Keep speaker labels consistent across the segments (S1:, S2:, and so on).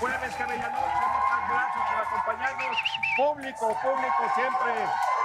S1: Vázquez Cabellanoche, muchas gracias por acompañarnos. Público, público siempre.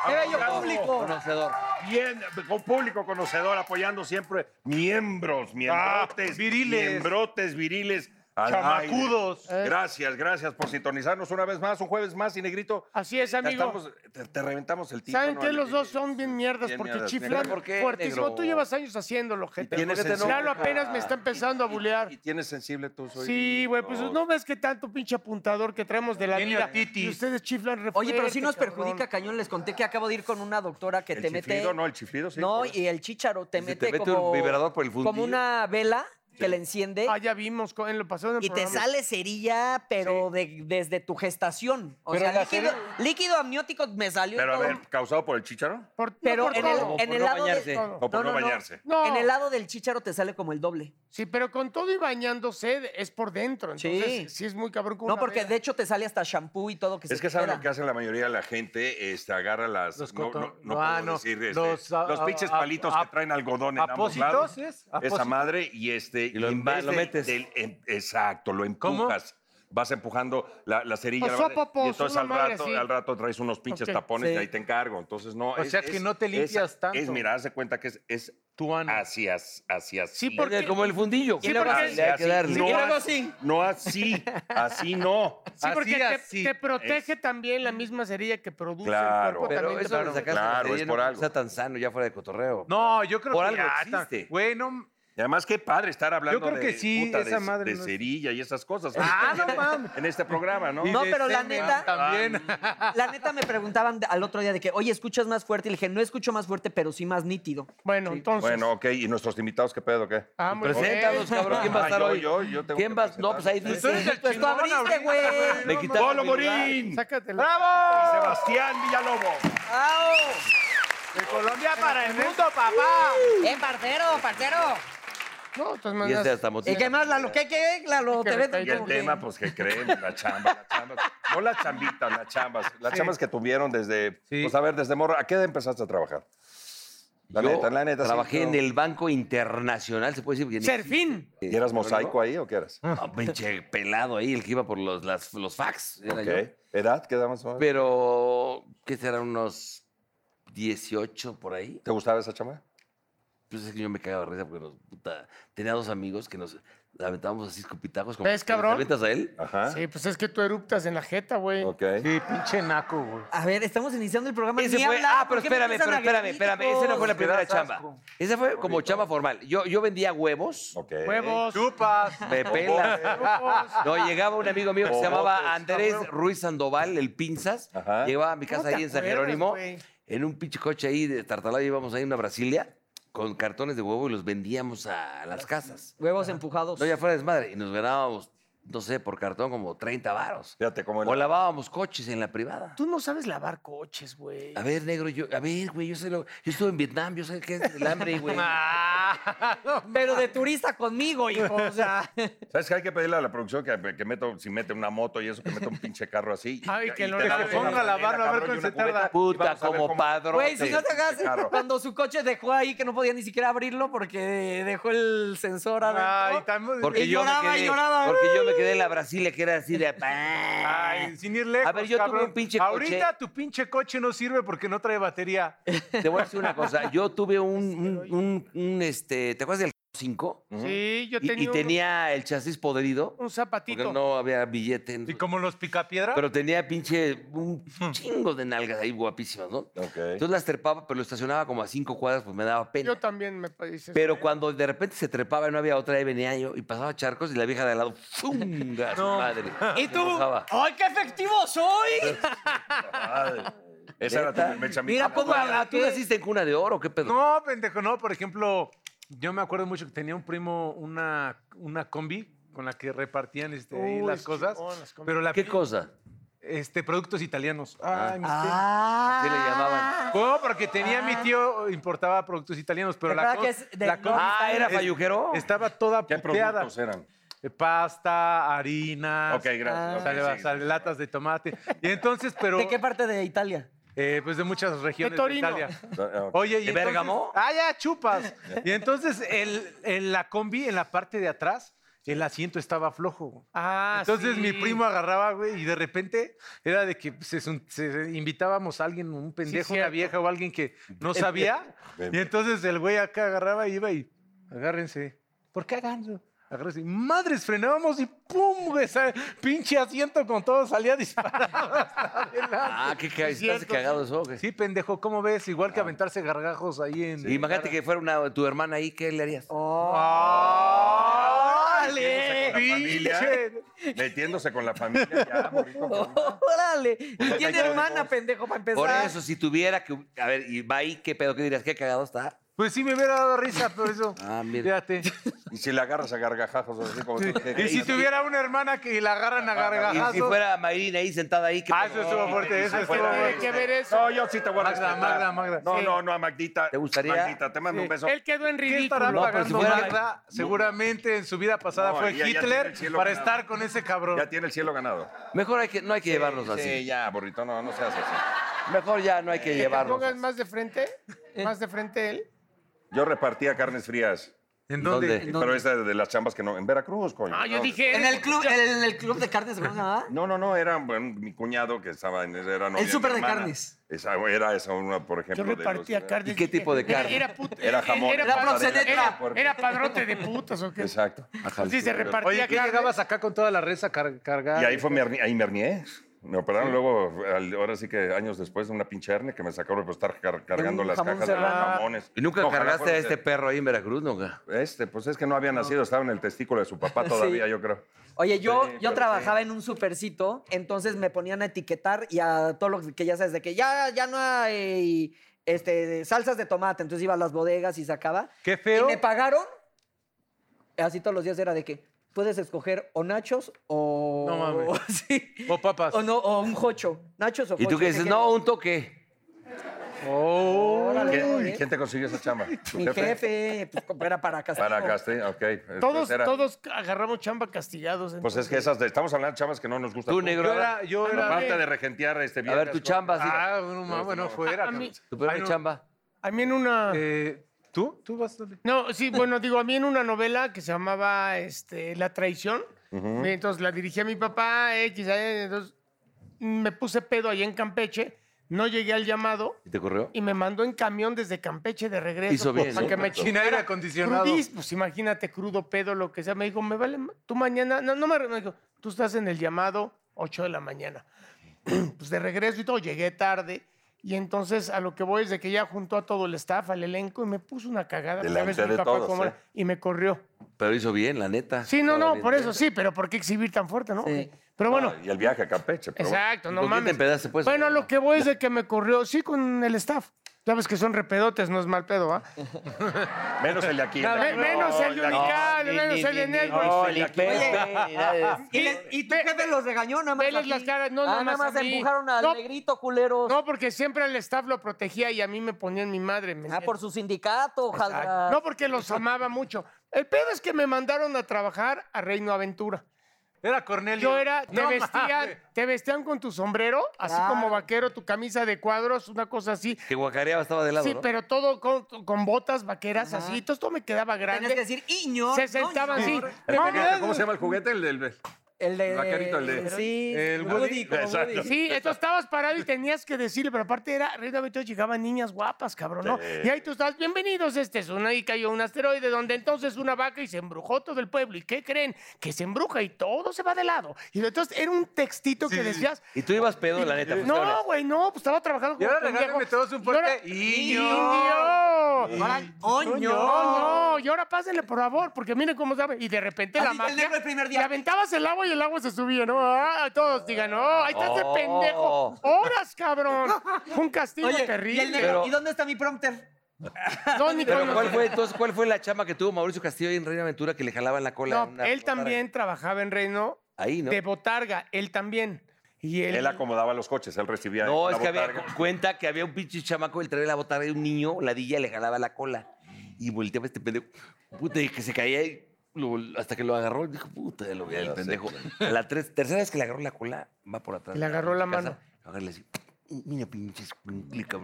S2: ¡Qué bello
S1: apoyando.
S2: público!
S3: Conocedor.
S1: Bien, con público conocedor, apoyando siempre miembros, miembrotes,
S4: Ah, viriles.
S1: miembrotes, viriles. al
S4: Chamacudos.
S5: Eh.
S1: aire. Gracias, gracias por sintonizarnos una vez más, un jueves más, y negrito.
S5: Así es,
S1: ya
S5: amigo.
S1: estamos- te, te reventamos el tiempo.
S5: ¿Saben qué? Los dos son bien mierdas
S1: Bien
S5: porque
S1: mierdas,
S5: chiflan
S1: negro.
S3: ¿Por qué,
S5: fuertísimo.
S3: negro?
S5: Tú llevas años haciéndolo, gente.
S1: tienes
S5: Porque
S1: enojo.
S5: Lalo apenas me está empezando a bulear.
S1: Y tienes sensible tú, soy.
S5: Sí, güey, pues no ves que tanto pinche apuntador que traemos de la
S4: Genio
S5: vida.
S4: Titi.
S5: Y ustedes chiflan re
S2: Oye, pero sí
S5: fuerte,
S2: nos
S5: cabrón.
S2: perjudica, cañón. Les conté que acabo de ir con una doctora que
S1: El
S2: te
S1: chiflido,
S2: mete.
S1: no, el chiflido, sí.
S2: no,
S1: por eso.
S2: y el chícharo te
S3: Si
S2: mete,
S3: te mete un
S2: como.
S3: vibrador por el
S2: Como
S3: fundillo.
S2: una vela que le enciende
S5: Ah, ya vimos, co- en lo pasado en el
S2: ¿eh? y te
S5: programa.
S2: sale cerilla, pero de- desde tu gestación. O
S4: Pero
S2: sea,
S4: la
S2: líquido,
S4: cerilla-
S2: líquido amniótico me salió. y
S1: Pero a
S2: todo.
S1: ver, ¿causado por el chicharo?
S5: Por- no
S2: Pero
S5: por
S2: en
S5: todo.
S2: el,
S3: Como
S2: en
S3: por
S2: el
S3: no
S2: lado de-
S3: bañarse.
S1: O por no, bañarse.
S5: No.
S2: En el lado del chícharo te sale como el doble.
S5: Sí, pero con todo y bañándose es por dentro. Entonces, sí,
S2: Sí.
S5: es muy cabrón. con
S2: No,
S5: una
S2: porque
S5: vela.
S2: de hecho te sale hasta shampoo y todo que se
S1: Es que
S2: te
S1: saben
S2: queda.
S1: lo que hacen la mayoría de la gente, este, agarra las...
S4: Los
S1: no, no,
S4: coton-
S1: no
S4: ah,
S1: puedo
S4: no,
S1: decir, este, los,
S4: los, ah, ah,
S1: pinches
S4: ah,
S1: palitos
S4: ah,
S1: que traen algodón en ambos
S4: apósitos,
S1: lados.
S4: ¿es?
S1: Esa
S4: Apósitos.
S1: madre y este...
S3: Y lo
S1: en
S3: emba-
S1: vez
S3: lo
S1: de-
S3: metes.
S1: del- em- exacto, lo empujas. Vas empujando la, la cerilla.
S5: O
S1: la madre,
S5: sopapos,
S1: y entonces
S5: una
S1: al
S5: madre
S1: rato,
S5: así.
S1: al rato traes unos pinches
S5: Ok.
S1: tapones y
S2: Sí.
S1: ahí te encargo. Entonces no...
S4: O sea, que no te limpias
S1: es-
S4: tanto. Ah,
S1: Es, mira, haz de cuenta que es, es
S4: Tu ano.
S1: así, as- así, así.
S5: Sí, porque-
S3: Es Como el fundillo.
S5: Sí, porque-
S1: Así,
S3: Le hay que
S1: así.
S3: darle.
S1: No
S2: Y luego
S1: así,
S2: así.
S1: no así, así no.
S5: Sí, porque
S4: Así,
S5: te,
S4: así.
S5: te protege también la
S2: Mm.
S5: misma cerilla que produce el
S1: Claro.
S5: cuerpo.
S3: Pero
S5: también te
S3: eso le
S5: protege.
S3: sacaste
S1: Claro,
S3: la
S1: es
S3: cerilla,
S1: por
S3: no
S1: algo.
S3: Está tan sano ya fuera de cotorreo.
S4: No, yo creo
S3: Por
S4: que
S3: algo
S4: ya está.
S3: existe.
S4: Güey, no-
S1: Y además, qué padre estar hablando
S4: creo que
S1: de,
S4: sí,
S1: puta,
S4: esa
S1: de,
S4: madre
S1: de
S4: no es-
S1: cerilla y esas cosas.
S4: Ah, no mames.
S1: En este programa, ¿no?
S4: Y
S2: No,
S4: de
S2: pero la
S4: semen
S2: neta-
S4: También.
S3: Ah,
S2: La neta me preguntaban de- al otro día de que, oye, ¿escuchas más fuerte? Y le dije, no escucho más fuerte, pero sí más nítido.
S5: Bueno, entonces.
S1: Bueno, pues, ok. ¿Y nuestros invitados qué pedo, qué?
S5: ah, muy bien.
S3: Preséntanos, cabrón. ¿Quién va a
S1: Ah,
S3: estar
S1: yo,
S3: hoy?
S1: yo, yo tengo
S3: ¿Quién
S1: que
S3: va? No, pues ahí
S4: Pues tú eres
S3: dice.
S4: el
S2: Pues tú
S4: chingón
S2: abriste,
S4: ahorita.
S2: güey.
S3: Le quitaron
S1: ¡Polo
S3: mi lugar.
S1: Morín!
S5: Sácatela.
S1: Y
S4: ¡Bravo!
S1: Sebastián Villalobos.
S2: ¡Au!
S4: De Colombia para el mundo, papá.
S2: ¡Eh, partero, partero!
S5: No, de todas
S3: Y
S5: maneras.
S3: este hasta motivo.
S2: ¿Y qué más, Lalo? ¿Qué, qué, Lalo?
S5: Que
S2: Te
S5: me
S2: ves
S5: caiga
S1: Y el
S2: como que-
S1: tema, pues, que creen? La chamba, la chamba. No las chambitas, las chambas. Las chambas que tuvieron desde...
S4: Sí.
S1: Pues, a ver, desde morra. ¿A qué edad empezaste a trabajar? La
S3: Yo
S1: neta, la neta. sí,
S3: Trabajé
S1: yo-
S3: en el Banco Internacional, se puede decir. Porque
S5: Serfín.
S1: ¿Y eras mosaico ahí o qué eras?
S3: Ah, pinche pelado ahí, el que iba por los, las- los fax. era
S1: Ok.
S3: yo.
S1: ¿Edad? ¿Qué edad más o menos?
S3: Pero, ¿qué serán unos 18 por ahí?
S1: ¿Te gustaba esa chamba?
S3: Pues es que yo me cagaba de risa porque nos, puta, tenía dos amigos que nos aventábamos así escupitajos. Como
S5: ¿Ves, cabrón?
S3: ¿Te aventas a él?
S1: Ajá.
S5: Sí, pues es que tú eruptas en la jeta, güey.
S1: Ok.
S4: Sí, pinche naco, güey.
S2: A ver, estamos iniciando el programa.
S3: Ese
S2: ni
S3: fue,
S2: hablar,
S3: ah, pero
S2: ¿por qué me
S3: espérame,
S2: empiezan
S3: pero
S2: a
S3: espérame, espérame. Esa no fue la
S4: gritos?
S3: primera
S4: Me das
S3: chamba.
S4: asco.
S3: Esa fue como chamba formal. Yo, yo vendía huevos,
S1: Ok.
S5: Huevos.
S4: Chupas.
S3: me pelas.
S5: huevos.
S3: No, llegaba un amigo mío que se llamaba Andrés Ruiz Sandoval, el Pinzas.
S1: Ajá.
S3: Llegaba a mi casa
S5: te
S3: ahí en San
S5: acuerdas,
S3: Jerónimo,
S5: güey?
S3: en un pinche coche ahí de tartalado, íbamos ahí a una Brasilia con cartones de huevo y los vendíamos a las casas.
S2: Huevos empujados.
S3: No, ya fuera desmadre. Y nos ganábamos, no sé, por cartón como 30 varos.
S1: Fíjate cómo era.
S3: O lavábamos coches en la privada.
S5: Tú no sabes lavar coches, güey.
S3: A ver, negro, yo, a ver, güey, yo sé lo, yo estuve en Vietnam, yo sé qué es el hambre, güey.
S2: Ah, Pero de turista conmigo, hijo. O sea,
S1: ¿Sabes qué? Hay que pedirle a la producción que, que meto, si mete una moto y eso, que meta un pinche carro así.
S5: Ay, que lo-
S1: te
S5: que
S1: damos
S5: se ponga
S1: una
S4: a lavarlo, a ver
S1: cabrón, y
S4: cuánto
S1: una
S4: se
S1: cubeta,
S4: tarda.
S1: y
S3: Puta,
S1: vamos a ver
S3: como
S1: cómo-
S3: padrote.
S2: güey, si no te hagas
S1: Ese carro.
S2: cuando su coche dejó ahí que no podía ni siquiera abrirlo porque dejó el sensor adentro.
S3: Ah.
S4: Ay, estamos.
S3: Porque
S2: Y
S3: yo,
S2: lloraba,
S3: me
S2: y
S3: quedé,
S2: lloraba.
S3: porque yo me quedé en la Brasilia que era así de... "Ah".
S4: Ay, sin ir lejos.
S3: A ver, yo tuve
S4: cabrón.
S3: un pinche
S4: Ahorita tu pinche coche no sirve porque no trae batería.
S3: Te voy a decir una cosa. Yo tuve un, un, un- un, este, ¿te acuerdas del 5?
S5: Sí, yo
S3: Y,
S5: tenía,
S3: y
S5: un-
S3: tenía el chasis podrido.
S5: un
S3: Porque
S5: zapatito.
S3: no había billete.
S4: Y como los picapiedra.
S3: Pero tenía pinche un chingo de nalgas ahí guapísimas, ¿no?
S1: Hmm. Ok.
S3: Entonces las trepaba, pero lo estacionaba como a cinco cuadras, pues me daba
S5: Yo
S3: pena.
S5: también me dices.
S3: Pero cuando de repente se trepaba y no había otra, ahí venía yo y pasaba charcos y la vieja de al lado, ¡funga! su madre!
S2: ¿Y
S3: Se
S2: tú?
S3: enojaba.
S2: ¡Ay, qué efectivo soy!
S1: Ay, Esa era tu
S3: ¿Neta?
S1: primer chambita.
S2: Mira
S3: ¿A poco?
S2: ¿a
S3: Ah, ¿Tú
S2: qué?
S3: naciste en cuna de oro? ¿Qué pedo?
S4: No, pendejo, no. Por ejemplo, yo me acuerdo mucho que tenía un primo, una, una combi con la que repartían este, ahí
S5: Uy,
S4: las
S5: sí,
S4: cosas.
S5: oh, las combis.
S4: pero la
S3: ¿Qué
S4: pin-
S3: cosa?
S4: Este, productos italianos. Ay, mis
S2: Ah.
S3: Así le llamaban.
S4: tenis. Oh, porque tenía
S5: Ah.
S4: mi tío, eh, importaba productos italianos, pero la,
S2: ¿Verdad
S4: co-
S2: que es de-
S4: la
S2: no,
S4: combi
S3: Ah,
S4: estaba-
S3: ¿era
S4: es-
S3: falluquero?
S4: Estaba toda
S1: ¿Qué
S4: puteada. Ah,
S1: productos eran?
S4: Eh, Pasta, harina.
S1: Ok, gracias. Ok, sí.
S4: latas de tomate. Y entonces, pero.
S2: ¿De qué parte de Italia?
S4: Eh, pues de muchas regiones de,
S5: Torino.
S4: Italia.
S1: Ah, ok.
S4: Oye, y
S3: ¿De
S4: entonces-
S3: Bérgamo?
S4: Ah, ya, chupas. Y entonces el, en la combi, en la parte de atrás, el asiento estaba flojo. güey.
S5: Ah,
S4: Entonces
S5: sí.
S4: mi primo agarraba, güey, y de repente era de que se, sun- se- invitábamos a alguien, un pendejo, una
S5: cierto.
S4: vieja o alguien que no sabía. y entonces el güey acá agarraba y iba y agárrense. ¿Por qué agarrense? Agárrense. Y Madres, frenábamos y ¡pum! güey, esa pinche asiento con todo salía disparado hasta adelante.
S3: Ah, qué ca- estás
S5: cierto,
S3: cagado ¿eh? eso. güey.
S4: Sí, pendejo, ¿cómo ves? Igual que aventarse gargajos ahí en.
S3: Imagínate que fuera una, tu hermana ahí, ¿qué le harías?
S1: Metiéndose con la familia. Metiéndose
S4: ¡Órale! Pinche-
S1: con la familia ya, morrito,
S4: Oh.
S1: con-
S2: ¡Órale! Y tiene
S1: ya
S2: hermana,
S1: vemos.
S2: pendejo, para empezar.
S3: Por eso, si tuviera que. A ver, y va ahí, ¿qué pedo? ¿Qué dirías? ¿Qué cagado está?
S4: Pues sí me hubiera dado risa, por eso.
S3: Ah, mira.
S4: Fíjate.
S1: Y si le agarras a gargajazos así como tú, ¿qué-
S4: Y si
S1: qué-
S4: tuviera una hermana que la agarran a
S3: Y si
S4: gargajazos.
S3: fuera Mayrina ahí sentada ahí, ¿qué
S4: Ah,
S3: pedo?
S4: eso estuvo fuerte, eso
S1: si
S4: estuvo
S1: fuera
S5: Tiene
S4: fuerte.
S5: que ver eso.
S1: No, yo sí te voy a
S4: Magda,
S1: respetar.
S4: Magda, Magda.
S1: No,
S4: Sí.
S1: no, no, a Magdita.
S3: ¿Te gustaría?
S1: Magdita, te mando un beso.
S5: Él quedó en
S4: ¿Qué estará
S5: ridículo. pues
S3: No, pero
S4: pagando
S3: si fuera-
S4: Magda? Seguramente en su vida pasada
S1: No,
S4: fue
S1: ella ya tiene
S4: Hitler
S1: el cielo
S4: para
S1: ganado.
S4: estar con ese cabrón.
S1: Ya tiene el cielo ganado.
S3: Mejor hay que, no hay que llevarnos
S1: Sí,
S3: así.
S1: ya, burrito, no, no seas así.
S3: Mejor ya no hay que
S5: Que te
S3: llevarnos
S5: pongas
S3: así.
S5: más de frente,
S4: Eh.
S5: más de frente él.
S1: Yo repartía carnes frías,
S4: ¿En
S3: ¿Dónde?
S4: dónde?
S1: pero esa de las chambas que no, en Veracruz, coño.
S5: No, yo
S1: No,
S5: dije.
S2: En el club, en el club de carnes, ¿cómo se llamaba?
S1: No, no, no, era bueno, mi cuñado que estaba en era novia mi
S2: súper de
S1: hermana.
S2: carnes.
S1: Esa era esa una, por ejemplo.
S5: Yo
S1: de los-
S5: repartía carne.
S3: ¿Y qué tipo de carne?
S5: Era, puto-
S1: Era jamón.
S2: Era
S5: padrote-
S2: proxeneta.
S5: era- era padrote de putas o qué.
S1: Exacto.
S3: Ajá,
S5: Sí,
S3: sí.
S5: se repartía
S4: Oye, ¿qué
S5: carne.
S4: llegabas acá con toda la reza car- cargada?
S1: Y ahí fue mi hernie, ahí me hernié. Me operaron luego, al- ahora sí que años después, de una pinche hernia que me sacaron por estar car- cargando
S2: un
S1: las
S2: jamón
S1: cajas de
S2: serrano.
S1: los jamones.
S3: ¿Y nunca
S1: No, ojalá
S3: cargaste
S1: fuera
S3: a
S1: ese-
S3: este perro ahí en Veracruz, no? güey?
S1: Este, pues es que no había nacido, estaba en el testículo de su papá todavía, yo creo.
S2: Oye, yo,
S1: Sí,
S2: yo
S1: pero
S2: trabajaba en un supercito, entonces me ponían a etiquetar y a todo lo que ya sabes, de que ya, ya no hay este, salsas de tomate. Entonces iba a las bodegas y sacaba.
S4: Qué feo.
S2: Y me pagaron. Así todos los días era de que puedes escoger o nachos o.
S4: No mames.
S2: Sí.
S4: O papas.
S2: O, no, o un jocho. Nachos o
S3: Y tú
S2: jocho,
S3: que dices,
S2: dije,
S3: no, un toque.
S4: Oh.
S2: Órale,
S1: ¿Quién-
S2: muy bien.
S1: ¿Quién te consiguió esa chamba? ¿Tu
S2: Mi jefe, pues como era para casar.
S1: Para Castre, ok. Entonces
S5: Todos,
S1: era-
S5: todos agarramos chamba castigados.
S1: Pues es
S5: entonces.
S1: que esas, de- estamos hablando de chambas que no nos gustan.
S3: Tú, negro.
S4: Yo
S3: a ver.
S4: era, yo era.
S1: Aparte de regentear este
S3: A ver, tu
S1: viernes,
S3: chamba, sí.
S4: Ah, no mames, no fuera.
S5: A mí-
S4: cabrón.
S3: Tu primera
S4: Ay, no.
S3: chamba.
S5: A mí en una.
S4: Eh, ¿Tú? ¿Tú vas dónde?
S5: No, sí, bueno, digo, a mí en una novela que se llamaba este, La traición, entonces la dirigí a mi papá, X, eh, entonces me puse pedo allá en Campeche, no llegué al llamado
S3: ¿Y te corrió?
S5: y me mandó en camión desde Campeche de regreso. pues,
S3: Hizo bien,
S5: para
S3: ¿no?
S5: que me
S4: Sin
S5: chinara
S4: aire acondicionado.
S5: crudis, pues imagínate, crudo, pedo, lo que sea. Me dijo, me vale, ma- tú mañana, no, no me, me dijo, tú estás en el llamado 8 de la mañana. pues de regreso y todo, llegué tarde. Y entonces a lo que voy es de que ya juntó a todo el staff, al elenco, y me puso una cagada. pues, ya
S1: Delante
S5: ves mi
S1: de
S5: papá
S1: todos,
S5: cómo era,
S1: ¿eh?
S5: Y me corrió.
S3: Pero hizo bien, la neta.
S5: Sí, no,
S3: Estaba
S5: no,
S3: bien. ¿eh?
S5: por eso sí, pero ¿por qué exhibir tan fuerte, no?
S2: Sí.
S5: Pero bueno,
S1: Ah, Y el viaje a Campeche. pero bueno.
S5: exacto,
S3: ¿Y
S5: no
S3: con quién te
S5: mames.
S3: empedaste, pues?
S5: Bueno, a lo que voy es de que me corrió, sí, con el staff. Sabes que son repedotes, no es mal pedo, ¿va?
S1: Menos el de aquí. el de
S5: Me-
S1: aquí.
S5: menos el
S1: de aquí.
S5: Yurical, menos el de Network.
S2: Y, le- y tu jefe los regañó, nada más.
S5: Veles
S2: a ti.
S5: las caras, no,
S2: Ah,
S5: nada más a mí.
S2: empujaron al
S5: No.
S2: negrito, culeros.
S5: No, porque siempre al staff lo protegía y a mí me ponían mi madre. ¿me
S2: Ah, por
S5: entiendes?
S2: su sindicato, ojalá.
S5: Exacto. No, porque los amaba mucho. El pedo es que me mandaron a trabajar a Reino Aventura.
S4: Era Cornelio.
S5: Yo era, te,
S4: No mames.
S5: vestían, te vestían con tu sombrero, así
S2: Claro.
S5: como vaquero, tu camisa de cuadros, una cosa así.
S3: Que guacareaba estaba de lado,
S5: Sí,
S3: ¿no?
S5: pero todo con, con botas vaqueras, así. Entonces todo me quedaba
S2: Tenías que
S5: grande.
S2: decir, Iño.
S5: Se sentaban así.
S1: El
S5: No,
S1: juguete,
S5: no,
S1: ¿Cómo se llama el juguete? El del.
S2: El de.
S1: Vaquerito, el de-
S2: Eh, Sí,
S4: El
S2: como
S4: Woody.
S2: como
S1: Exacto.
S2: Woody.
S5: Sí, entonces estabas parado y tenías que decirle, pero aparte era, Reino Aventura llegaban niñas guapas, cabrón, ¿no? Y ahí tú estabas, bienvenidos, este es una, y cayó un asteroide donde entonces una vaca y se embrujó todo el pueblo. ¿Y qué creen? Que se embruja y todo se va de lado. Y entonces era un textito que decías,
S3: Y tú ibas pedo, la neta. fuiste
S5: no,
S3: honesto.
S5: güey, no, pues estaba trabajando
S4: Y
S5: como
S4: ahora
S5: pendejo.
S4: regálame todos un
S5: Y ahora-
S4: fuerte. ¡Iño!
S5: ¡Niño!
S2: Ahora,
S5: No,
S2: Oño.
S5: no, y ahora pásenle por favor, porque miren cómo sabe. Y de repente la
S2: Así que el
S5: magia.
S2: negro el primer día.
S5: Le aventabas el agua y el agua se subía, ¿no? Ah, todos digan, no, ahí está ese
S3: Oh.
S5: pendejo. Horas, cabrón. Fue un castigo
S2: Oye, y, el
S5: terrible.
S2: negro,
S3: Pero-
S2: ¿y dónde está mi prompter?
S5: No, ni
S3: Pero
S5: coño.
S3: ¿cuál fue, entonces, ¿cuál fue la chama que tuvo Mauricio Castillo ahí en Reino Aventura que le jalaban la cola?
S5: No,
S3: en una
S5: él
S3: botarga?
S5: también trabajaba en Reino
S3: Ahí, ¿no?
S5: de Botarga, él también. Y él.
S1: Él acomodaba los coches, él recibía.
S3: No,
S1: la
S3: es que había,
S1: botarga.
S3: cu- cuenta que había un pinche chamaco, él traía la botarga de un niño, ladilla, le jalaba la cola. Y volteaba este pendejo, puta, y que se caía y lo- hasta que lo agarró. Dijo, puta, lo vi el pendejo. La tres- tercera vez que le agarró la cola, va por atrás.
S5: Le agarró
S3: de
S5: la
S3: casa,
S5: mano.
S3: lo agarra y le dice, Mira, pinches,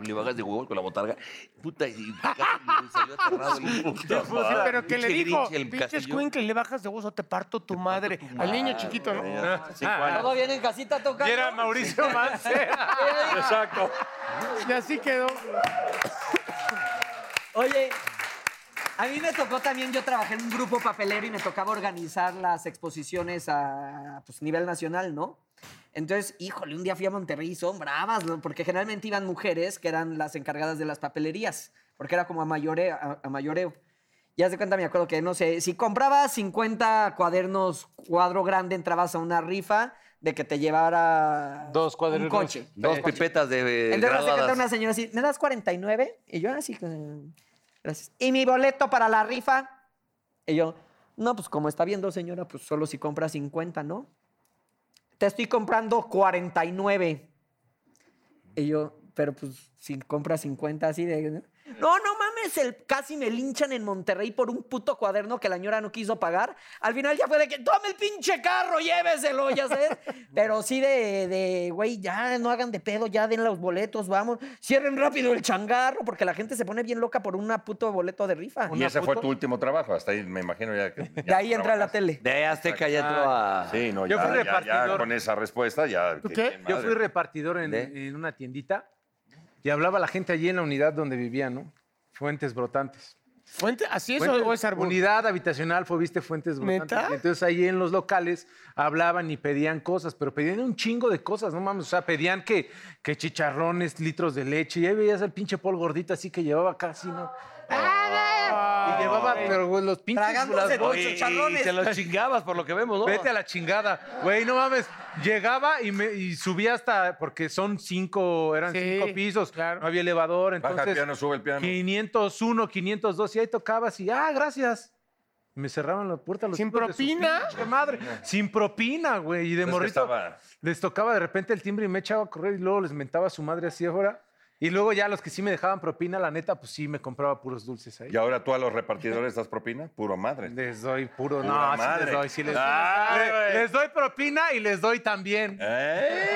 S3: le bajas de huevos con la botarga. Puta, y, y salió aterrado. el-
S1: Puta
S5: Pues sí,
S1: madre.
S5: pero que le
S3: Ah, Pinche
S5: dijo,
S3: Grinch, el
S5: pinche
S3: Castillo".
S5: escuincle, le bajas de uso, te parto tu madre. Al niño chiquito, ¿no?
S2: Todo bien en casita
S4: Y
S2: tocando.
S4: era Mauricio Mancera.
S1: Exacto.
S5: Y así quedó.
S2: Oye, a mí me tocó también, yo trabajé en un grupo papelero y me tocaba organizar las exposiciones a pues, nivel nacional, ¿no? Entonces, híjole, un día fui a Monterrey y son bravas, ¿no? porque generalmente iban mujeres que eran las encargadas de las papelerías, porque era como a mayoreo. A, a mayoreo. Ya se cuenta, me acuerdo que, no sé, si comprabas 50 cuadernos cuadro grande, entrabas a una rifa de que te llevara
S4: Dos cuadernos.
S2: un coche.
S3: Dos pipetas de eh,
S2: Entonces hace cuenta
S3: graduadas.
S2: una señora así, ¿me das 49? Y yo así, eh, gracias. ¿Y mi boleto para la rifa? Y yo, no, pues como está viendo señora, pues solo si compra 50, ¿no? Te estoy comprando 49. Y yo, pero pues si compra 50 así de... ¿no? No, no mames, el, casi me linchan en Monterrey por un puto cuaderno que la señora no quiso pagar. Al final ya fue de que, tome el pinche carro, lléveselo, ya sabes. Pero sí de, de, güey, ya no hagan de pedo, ya den los boletos, vamos. Cierren rápido el changarro, porque la gente se pone bien loca por una puto boleto de rifa.
S1: Y ese fue tu último trabajo. Hasta ahí me imagino ya que.
S2: De ahí entra la tele.
S3: De Azteca ya entró a...
S1: Sí, no,
S4: Yo
S1: ya,
S4: fui
S1: ya- ya
S4: repartidor.
S1: con esa respuesta ya.
S5: ¿Tú
S1: que-
S5: qué?
S1: que
S4: Yo
S1: madre.
S4: fui repartidor en,
S3: ¿De?
S4: en una tiendita y hablaba a la gente allí en la unidad donde vivía, ¿no? Fuentes brotantes.
S5: Fuente, ¿Así es
S4: Fuentes-
S5: o es árbol?
S4: Unidad habitacional fue, viste, Fuentes brotantes.
S5: ¿Neta?
S4: Y Entonces ahí en los locales hablaban y pedían cosas, pero pedían un chingo de cosas, no mames. O sea, pedían que, que chicharrones, litros de leche. Y ahí veías al pinche Paul gordito así que llevaba casi, ¿no?
S5: Ah,
S4: y llevaba, pero güey, los pinches.
S2: Tragándose
S4: las-
S2: todo.
S3: Oye, y te los chingabas por lo que vemos, ¿no?
S4: Vete a la chingada. Güey, no mames. Llegaba y, me, y subía hasta, porque son cinco, eran
S5: Sí,
S4: cinco pisos.
S5: claro.
S4: No había elevador, entonces.
S1: Baja el piano, sube el piano.
S4: 501, 502, y ahí tocabas y, ah, gracias. Y me cerraban la puerta. Los
S5: ¿Sin
S4: hijos de su
S5: propina?
S4: pinche madre. Sin propina, güey. Y de
S1: Es que
S4: morrito
S1: estaba-
S4: les tocaba de repente el timbre y me echaba a correr y luego les mentaba a su madre así ahora. Y luego ya los que sí me dejaban propina, la neta, pues sí me compraba puros dulces ahí.
S1: Y ahora tú a los repartidores das propina, puro madre.
S4: Les doy puro, no,
S1: Pura
S4: sí
S1: madre.
S4: les doy, sí les doy.
S1: Ay,
S4: Le-
S1: güey.
S4: les doy propina y les doy también.
S1: Eh.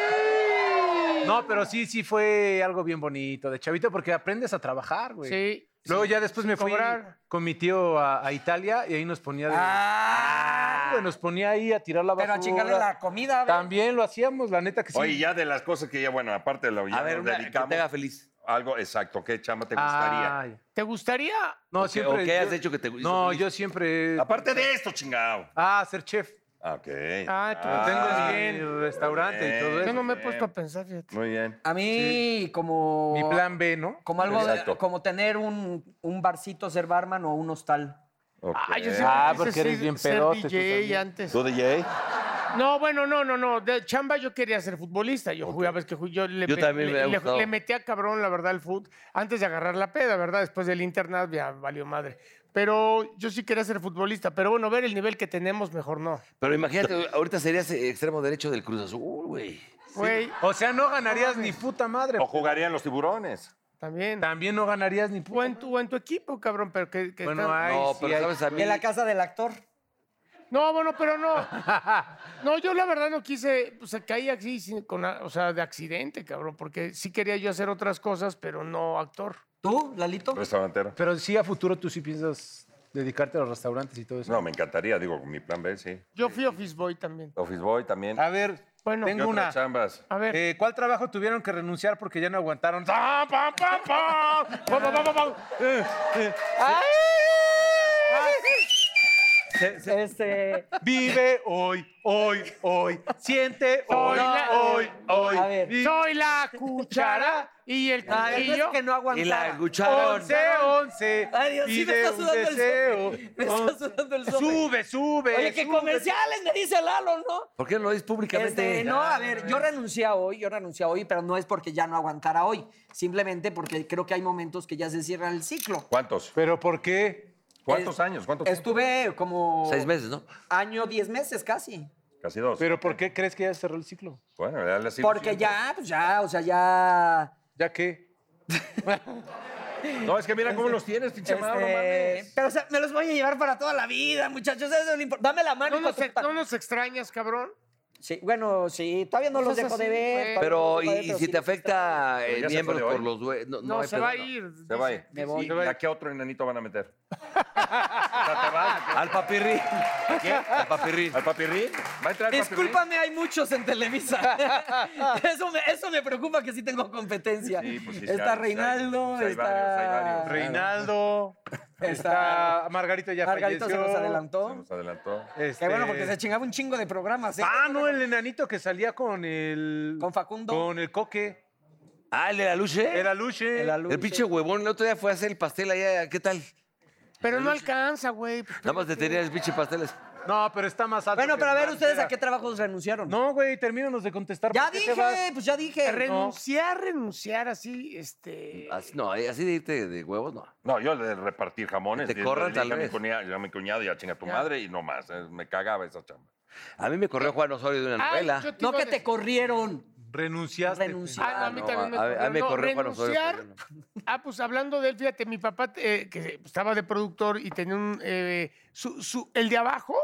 S1: ¡Ey!
S4: No, pero sí, sí fue algo bien bonito de chavito porque aprendes a trabajar, güey.
S5: Sí.
S4: Luego
S5: sí,
S4: ya después
S5: sin
S4: me fui
S5: cobrar.
S4: con mi tío a, a Italia y ahí nos ponía de-
S2: Ah,
S4: güey, nos ponía ahí a tirar la
S2: pero
S4: basura.
S2: a chingarle la comida. a ver.
S4: También lo hacíamos, la neta que sí.
S1: Oye, ya de las cosas que ya, bueno, aparte de la ya
S3: A ver,
S1: nos
S3: una, pues, que te
S1: dedicamos,
S3: haga feliz.
S1: Algo exacto, ¿qué chama te gustaría?
S4: Ay.
S5: ¿Te gustaría?
S4: No,
S3: ¿O qué-
S4: siempre.
S3: o qué has
S4: yo-
S3: hecho que te guste?
S4: No, yo siempre.
S1: Aparte de esto, chingado.
S4: Ah, ser chef.
S1: Ah, Ok.
S5: Ah, tú
S4: Tengo
S5: Ah,
S4: mi restaurante y todo
S1: bien.
S4: eso.
S5: Yo no me he
S1: eh.
S5: puesto a pensar, fíjate.
S1: Muy bien.
S2: A mí, como.
S4: Mi plan B, ¿no?
S2: Como algo de-
S1: Exacto.
S2: como tener un, un barcito, ser barman o un hostal.
S1: Ok.
S5: Ah, yo siempre
S4: Ah,
S5: quise
S4: porque eres
S5: ser-
S4: bien
S5: ser
S4: pedote tú
S5: DJ
S4: también.
S5: antes.
S1: ¿Tú, DJ?
S5: No, bueno, no, no, no. De chamba yo quería ser futbolista. Yo jugaba, es que ju- yo le,
S3: Yo
S5: pe-
S3: también me
S5: le-
S3: ha
S5: le-
S3: gustado.
S5: le metía cabrón, la verdad, el fútbol. Antes de agarrar la peda, ¿verdad? Después del internat ya valió madre. Pero yo sí quería ser futbolista. Pero bueno, ver el nivel que tenemos, mejor no.
S3: Pero imagínate, ahorita serías extremo derecho del Cruz Azul, güey.
S5: Güey,
S4: O sea, no ganarías ni puta madre.
S1: ¿O jugarían los tiburones?
S5: también.
S4: También no ganarías ni puta
S5: O en, tu, o en tu equipo, cabrón, pero que, que
S4: Bueno,
S5: están-
S4: hay- Ay,
S3: no,
S4: sí,
S3: pero
S4: ay,
S3: sabes a mí...
S2: De la casa del actor.
S5: No, bueno, pero no. No, yo la verdad no quise, o sea, caí así, sin- con, a- o sea, de accidente, cabrón, porque sí quería yo hacer otras cosas, pero no actor.
S2: ¿Tú, Lalito?
S1: Restaurantero.
S4: Pero sí, a futuro tú sí piensas dedicarte a los restaurantes y todo eso.
S1: No, me encantaría, digo, con mi plan B, sí.
S5: Yo fui office boy también.
S1: Office Boy también.
S4: A ver,
S5: Bueno.
S1: ¿Qué
S4: Ah, tengo
S1: otras
S4: una.
S1: chambas?
S5: A ver.
S4: Eh, ¿Cuál trabajo tuvieron que renunciar porque ya no aguantaron?
S2: ¡Ah!
S5: ¡Pam, pam, pam, pam! ¡Pam, pam, pam, pam!
S2: Este,
S4: Vive hoy, hoy, hoy. Siente hoy,
S5: la-
S4: hoy, hoy.
S2: A ver.
S4: Vi-
S5: Soy la cuchara y el
S2: ah, el
S5: cuchillo.
S2: es que no
S3: Y la
S2: aguantaba.
S3: cuchara.
S4: Once, once.
S2: Ay, Dios, sí me
S4: pide
S2: está
S4: un
S2: sudando el
S4: deseo.
S2: Me está
S4: Once.
S2: sudando el sope.
S4: Sube, sube.
S2: Oye, que
S4: sube.
S2: comerciales me dice Lalo, ¿no?
S3: ¿Por qué no lo dices públicamente?
S2: Este, no, a ver, yo renuncié a hoy, yo renuncié a hoy, pero no es porque ya no aguantara hoy, simplemente porque creo que hay momentos que ya se cierra el ciclo.
S1: ¿Cuántos?
S4: ¿Pero por qué?
S1: ¿Cuántos
S2: Eh,
S1: años? ¿Cuántos?
S2: Estuve como
S3: Seis meses, ¿no?
S2: año, diez meses casi.
S1: Casi dos.
S4: ¿Pero por qué crees que ya cerró el ciclo?
S1: Bueno, ya le sigo
S2: Porque
S1: siendo.
S2: ya, pues ya, o sea, ya.
S4: ¿Ya qué?
S1: No, es que mira cómo los tienes, pinche Mau, no
S2: este,
S1: mames.
S2: Pero o sea, me los voy a llevar para toda la vida, muchachos. Eso no importa. Dame la mano.
S5: ¿No
S2: hijo
S5: nos,
S2: de puta.
S5: no nos extrañas, cabrón?
S2: Sí, bueno, sí, todavía no
S5: Pues
S2: los
S5: es
S2: dejo de
S5: así,
S2: ver.
S5: güey.
S2: todavía no
S3: Pero,
S2: los dejo de ver,
S3: ¿y, y si
S2: sí
S3: te
S2: los extraño.
S3: afecta
S1: Pero
S3: eh,
S1: ya se
S3: miembros
S1: fue de
S3: por
S1: hoy.
S3: los due-
S5: No,
S3: hay
S5: se
S3: pedo,
S5: va a
S3: no.
S5: ir.
S1: Se va. eh.
S2: Me voy.
S1: ¿Y a qué otro enanito van a meter? O sea, te vas,
S3: Al papirri. ¿A quién? Al papirri.
S1: ¿Al papirrín? ¿Va a entrar el papirrín?
S2: Discúlpame, hay muchos en Televisa. eso, me, eso me preocupa que sí tengo competencia.
S1: Sí, pues sí, sí hay- sí
S2: está
S1: hay-
S2: Reinaldo,
S1: sí hay
S2: está.
S1: varios, hay varios.
S4: Reinaldo. Está Margarito ya
S2: Margarito se
S4: falleció.
S2: nos
S1: Se
S2: adelantó.
S1: nos adelantó.
S2: Qué
S4: Este,
S2: bueno, porque se chingaba un chingo de programas, ¿eh?
S4: Ah, no, el enanito que salía con el...
S2: Con Facundo.
S4: Con el coque.
S3: Ah, el de la luche.
S4: Era Luche.
S2: El alu-
S3: El pinche huevón, el otro día fue a hacer el pastel allá. ¿Qué tal?
S5: Pero no alcanza, güey. pues,
S3: Nada más de tener el pinche pasteles.
S4: No, pero está más alto.
S2: Bueno,
S4: que
S2: pero a ver
S4: Hernán
S2: ustedes
S4: Vera.
S2: a qué trabajos renunciaron.
S4: No, güey, termínanos de contestar.
S2: ya
S4: ¿por qué te vas?
S2: dije, pues ya dije.
S5: Renunciar, renunciar así, este.
S3: Así, no, eh, así de irte de huevos, no.
S1: No, yo de repartir jamones.
S3: Que te
S1: y le
S3: corran,
S1: dije
S3: tal
S1: a mi
S3: vez.
S1: cuñado, yo a mi cuñado y a chinga tu madre y no más. eh, Me cagaba esa chamba.
S3: A mí me corrió Juan Osorio de una
S5: Ay,
S3: novela.
S5: yo te
S2: No
S5: iba a
S2: que te
S5: decir-
S2: corrieron.
S4: Renunciaste.
S2: Renunciar.
S5: Ah, no, a mí
S3: No,
S5: también me
S3: a- a mí-
S5: corrieron.
S3: a mí me
S5: No,
S3: corrió Juan Osorio,
S5: renunciar.
S3: corrió,
S5: Ah, pues hablando de él, fíjate, mi papá eh, que estaba de productor y tenía un eh, su, su- el de abajo,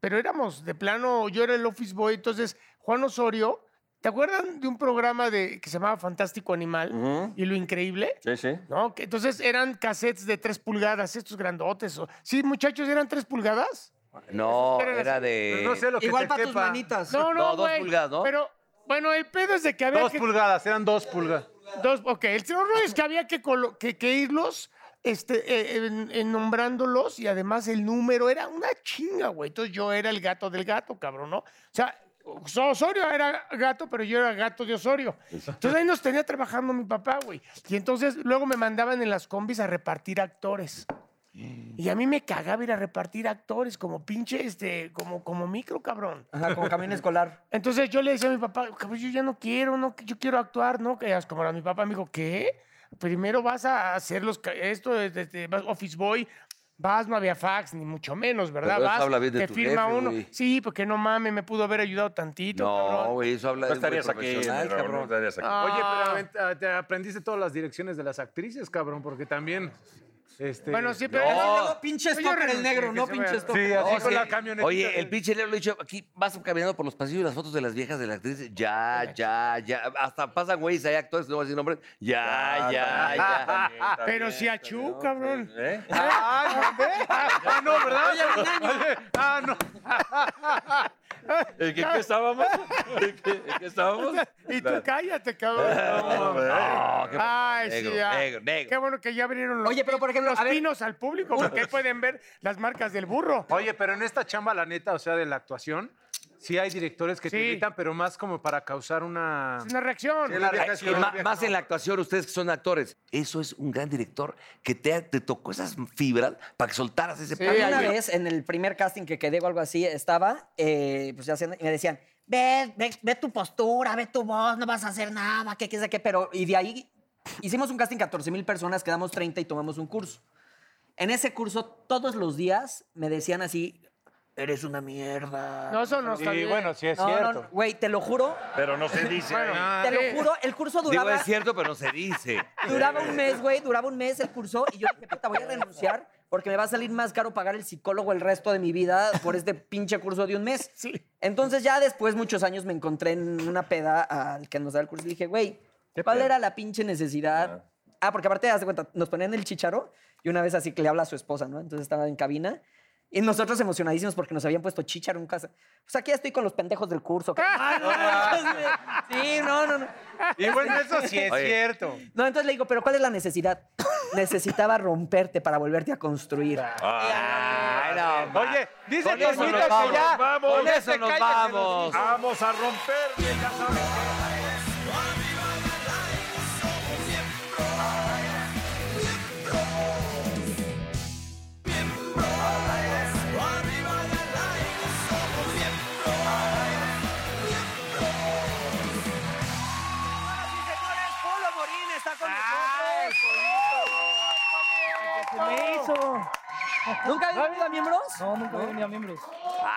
S5: pero éramos de plano, yo era el office boy, entonces Juan Osorio, ¿te acuerdan de un programa de que se llamaba Fantástico Animal
S1: Ujú.
S5: y lo increíble?
S1: Sí, sí.
S5: No, que entonces eran cassettes de tres pulgadas, estos grandotes. o- Sí, muchachos, eran tres pulgadas.
S3: No,
S5: Esos eran
S3: era
S5: así.
S3: de.
S4: No sé lo que
S2: Igual
S4: te
S2: para tus
S4: quepa.
S2: manitas.
S5: No,
S3: No,
S5: no,
S3: dos
S5: güey,
S3: pulgadas, ¿no?
S5: Pero bueno, el pedo es de que había
S4: Dos
S5: que
S4: pulgadas, eran dos pulgadas.
S5: Dos, ok, el terror es que había que, colo- que, que irlos este, eh, en- en nombrándolos y además el número era una chinga, güey. Entonces yo era el gato del gato, cabrón, ¿no? O sea, so- Osorio era gato, pero yo era gato de Osorio. Entonces ahí nos tenía trabajando mi papá, güey. Y entonces luego me mandaban en las combis a repartir actores. Y a mí me cagaba ir a repartir actores como pinche, este, como, como micro, cabrón.
S2: Ajá, con camino escolar.
S5: Entonces yo le decía a mi papá, cabrón, yo ya no quiero, no, que yo quiero actuar, ¿no? Que as- como era mi papá me dijo, ¿qué? Primero vas a hacer los, ca- esto, este, vas- Office Boy, vas, no había fax, ni mucho menos, ¿verdad?
S3: Pero eso
S5: vas,
S3: habla bien de
S5: te
S3: tu
S5: firma
S3: jefe,
S5: uno.
S3: güey.
S5: Sí, porque no mames, me pudo haber ayudado tantito,
S3: No,
S5: cabrón.
S3: güey, eso habla
S1: No
S3: de un güey
S1: estarías aquí,
S3: profesional,
S1: Raúl, no
S3: cabrón.
S1: estarías aquí.
S5: Ah.
S4: Oye, pero avent- ah, te aprendiste todas las direcciones de las actrices, cabrón, porque también. Este...
S5: Bueno, sí, pero...
S3: No.
S2: Luego, pinche
S5: Yo
S2: stopper el
S5: renuncié,
S2: negro,
S5: que
S2: ¿no?
S5: se vea.
S2: Pinche stopper.
S4: Sí, así
S3: No, Oh,
S4: con
S3: sí.
S4: la camioneta.
S3: Oye, el pinche Leo lo he dicho, aquí vas caminando por los pasillos y las fotos de las viejas de las actrices. Ya, ya, ya. Hasta pasan güeyes, hay actores, no voy a decir nombres. Ah,
S1: Ah,
S3: Ya, ya, ya.
S5: Pero si a Chu, cabrón.
S1: ¿Eh?
S4: Ah, no, ¿eh? Ah, no, ¿verdad? Ah, no.
S1: ¿En qué, qué estábamos? ¿En qué, en qué estábamos?
S5: Y tú cállate, cabrón.
S1: No, güey.
S3: No, qué-
S5: Ay,
S3: negro,
S5: sí, ya.
S3: negro, negro.
S5: Qué bueno que ya abrieron los,
S2: Oye, pero por ejemplo,
S5: los
S2: a ver-
S5: pinos al público, porque ahí pueden ver las marcas del burro.
S4: Oye, pero en esta chamba, la neta, o sea, de la actuación, sí hay directores que
S5: Sí.
S4: te gritan, pero más como para causar una.
S5: Es una reacción.
S4: Sí, la
S3: Ay,
S4: vieja
S3: y
S4: ciudad,
S3: ma-
S4: vieja
S3: más en
S4: ciudad.
S3: la actuación, ustedes que son actores. Eso es un gran director que te, te tocó esas fibras para que soltaras ese
S5: Sí,
S3: plan,
S2: Había una
S3: güey.
S2: vez en el primer casting que quedé o algo así, estaba, eh, pues ya haciendo- y me decían, ve, ve, ve tu postura, ve tu voz, no vas a hacer nada, qué, qué, sé qué, pero, y de ahí hicimos un casting 14 mil personas, quedamos 30 y tomamos un curso. En ese curso, todos los días me decían así, eres una mierda.
S5: No, eso no está
S4: y
S5: bien.
S4: bueno, Ah, sí es
S2: No, no,
S4: cierto. Ah,
S2: no, güey, te lo juro,
S1: Pero no se dice.
S5: Bueno,
S1: ahí.
S2: te
S5: sí.
S2: lo juro, el curso
S3: Digo,
S2: duraba...
S3: es cierto, pero no se dice.
S2: Duraba un mes, güey, duraba un mes el curso y yo dije, puta, voy a renunciar porque me va a salir más caro pagar el psicólogo el resto de mi vida por este pinche curso de un mes. Entonces ya después, muchos años, me encontré en una peda al que nos da el curso y dije, güey, ¿cuál era la pinche necesidad? Ah, porque aparte, haz de cuenta, nos ponían el chicharo y una vez así que le habla a su esposa, ¿no? Entonces estaba en cabina. Y nosotros emocionadísimos porque nos habían puesto chicharo en casa. Pues aquí ya estoy con los pendejos del curso. que- Ay, no, no, no, sí, no, no, no.
S4: Y bueno, eso sí es
S3: Oye.
S4: cierto.
S2: No, entonces le digo, pero ¿cuál es la necesidad? Necesitaba romperte para volverte a construir.
S3: Ah. Ay, no, ma.
S4: Oye, dice
S3: Con eso
S4: Normita
S3: nos
S4: que
S3: vamos,
S4: ya-
S3: vamos. Con
S4: ya
S3: eso
S4: se
S3: nos
S4: calla, que nos
S3: vamos.
S1: Vamos a romperle, ya sabes.
S2: Polo Morín está con
S5: ¿Qué
S2: ¡Ah,
S5: hizo?
S2: nosotros. ¿Nunca habías venido a miembros?
S6: No, nunca he venido a miembros.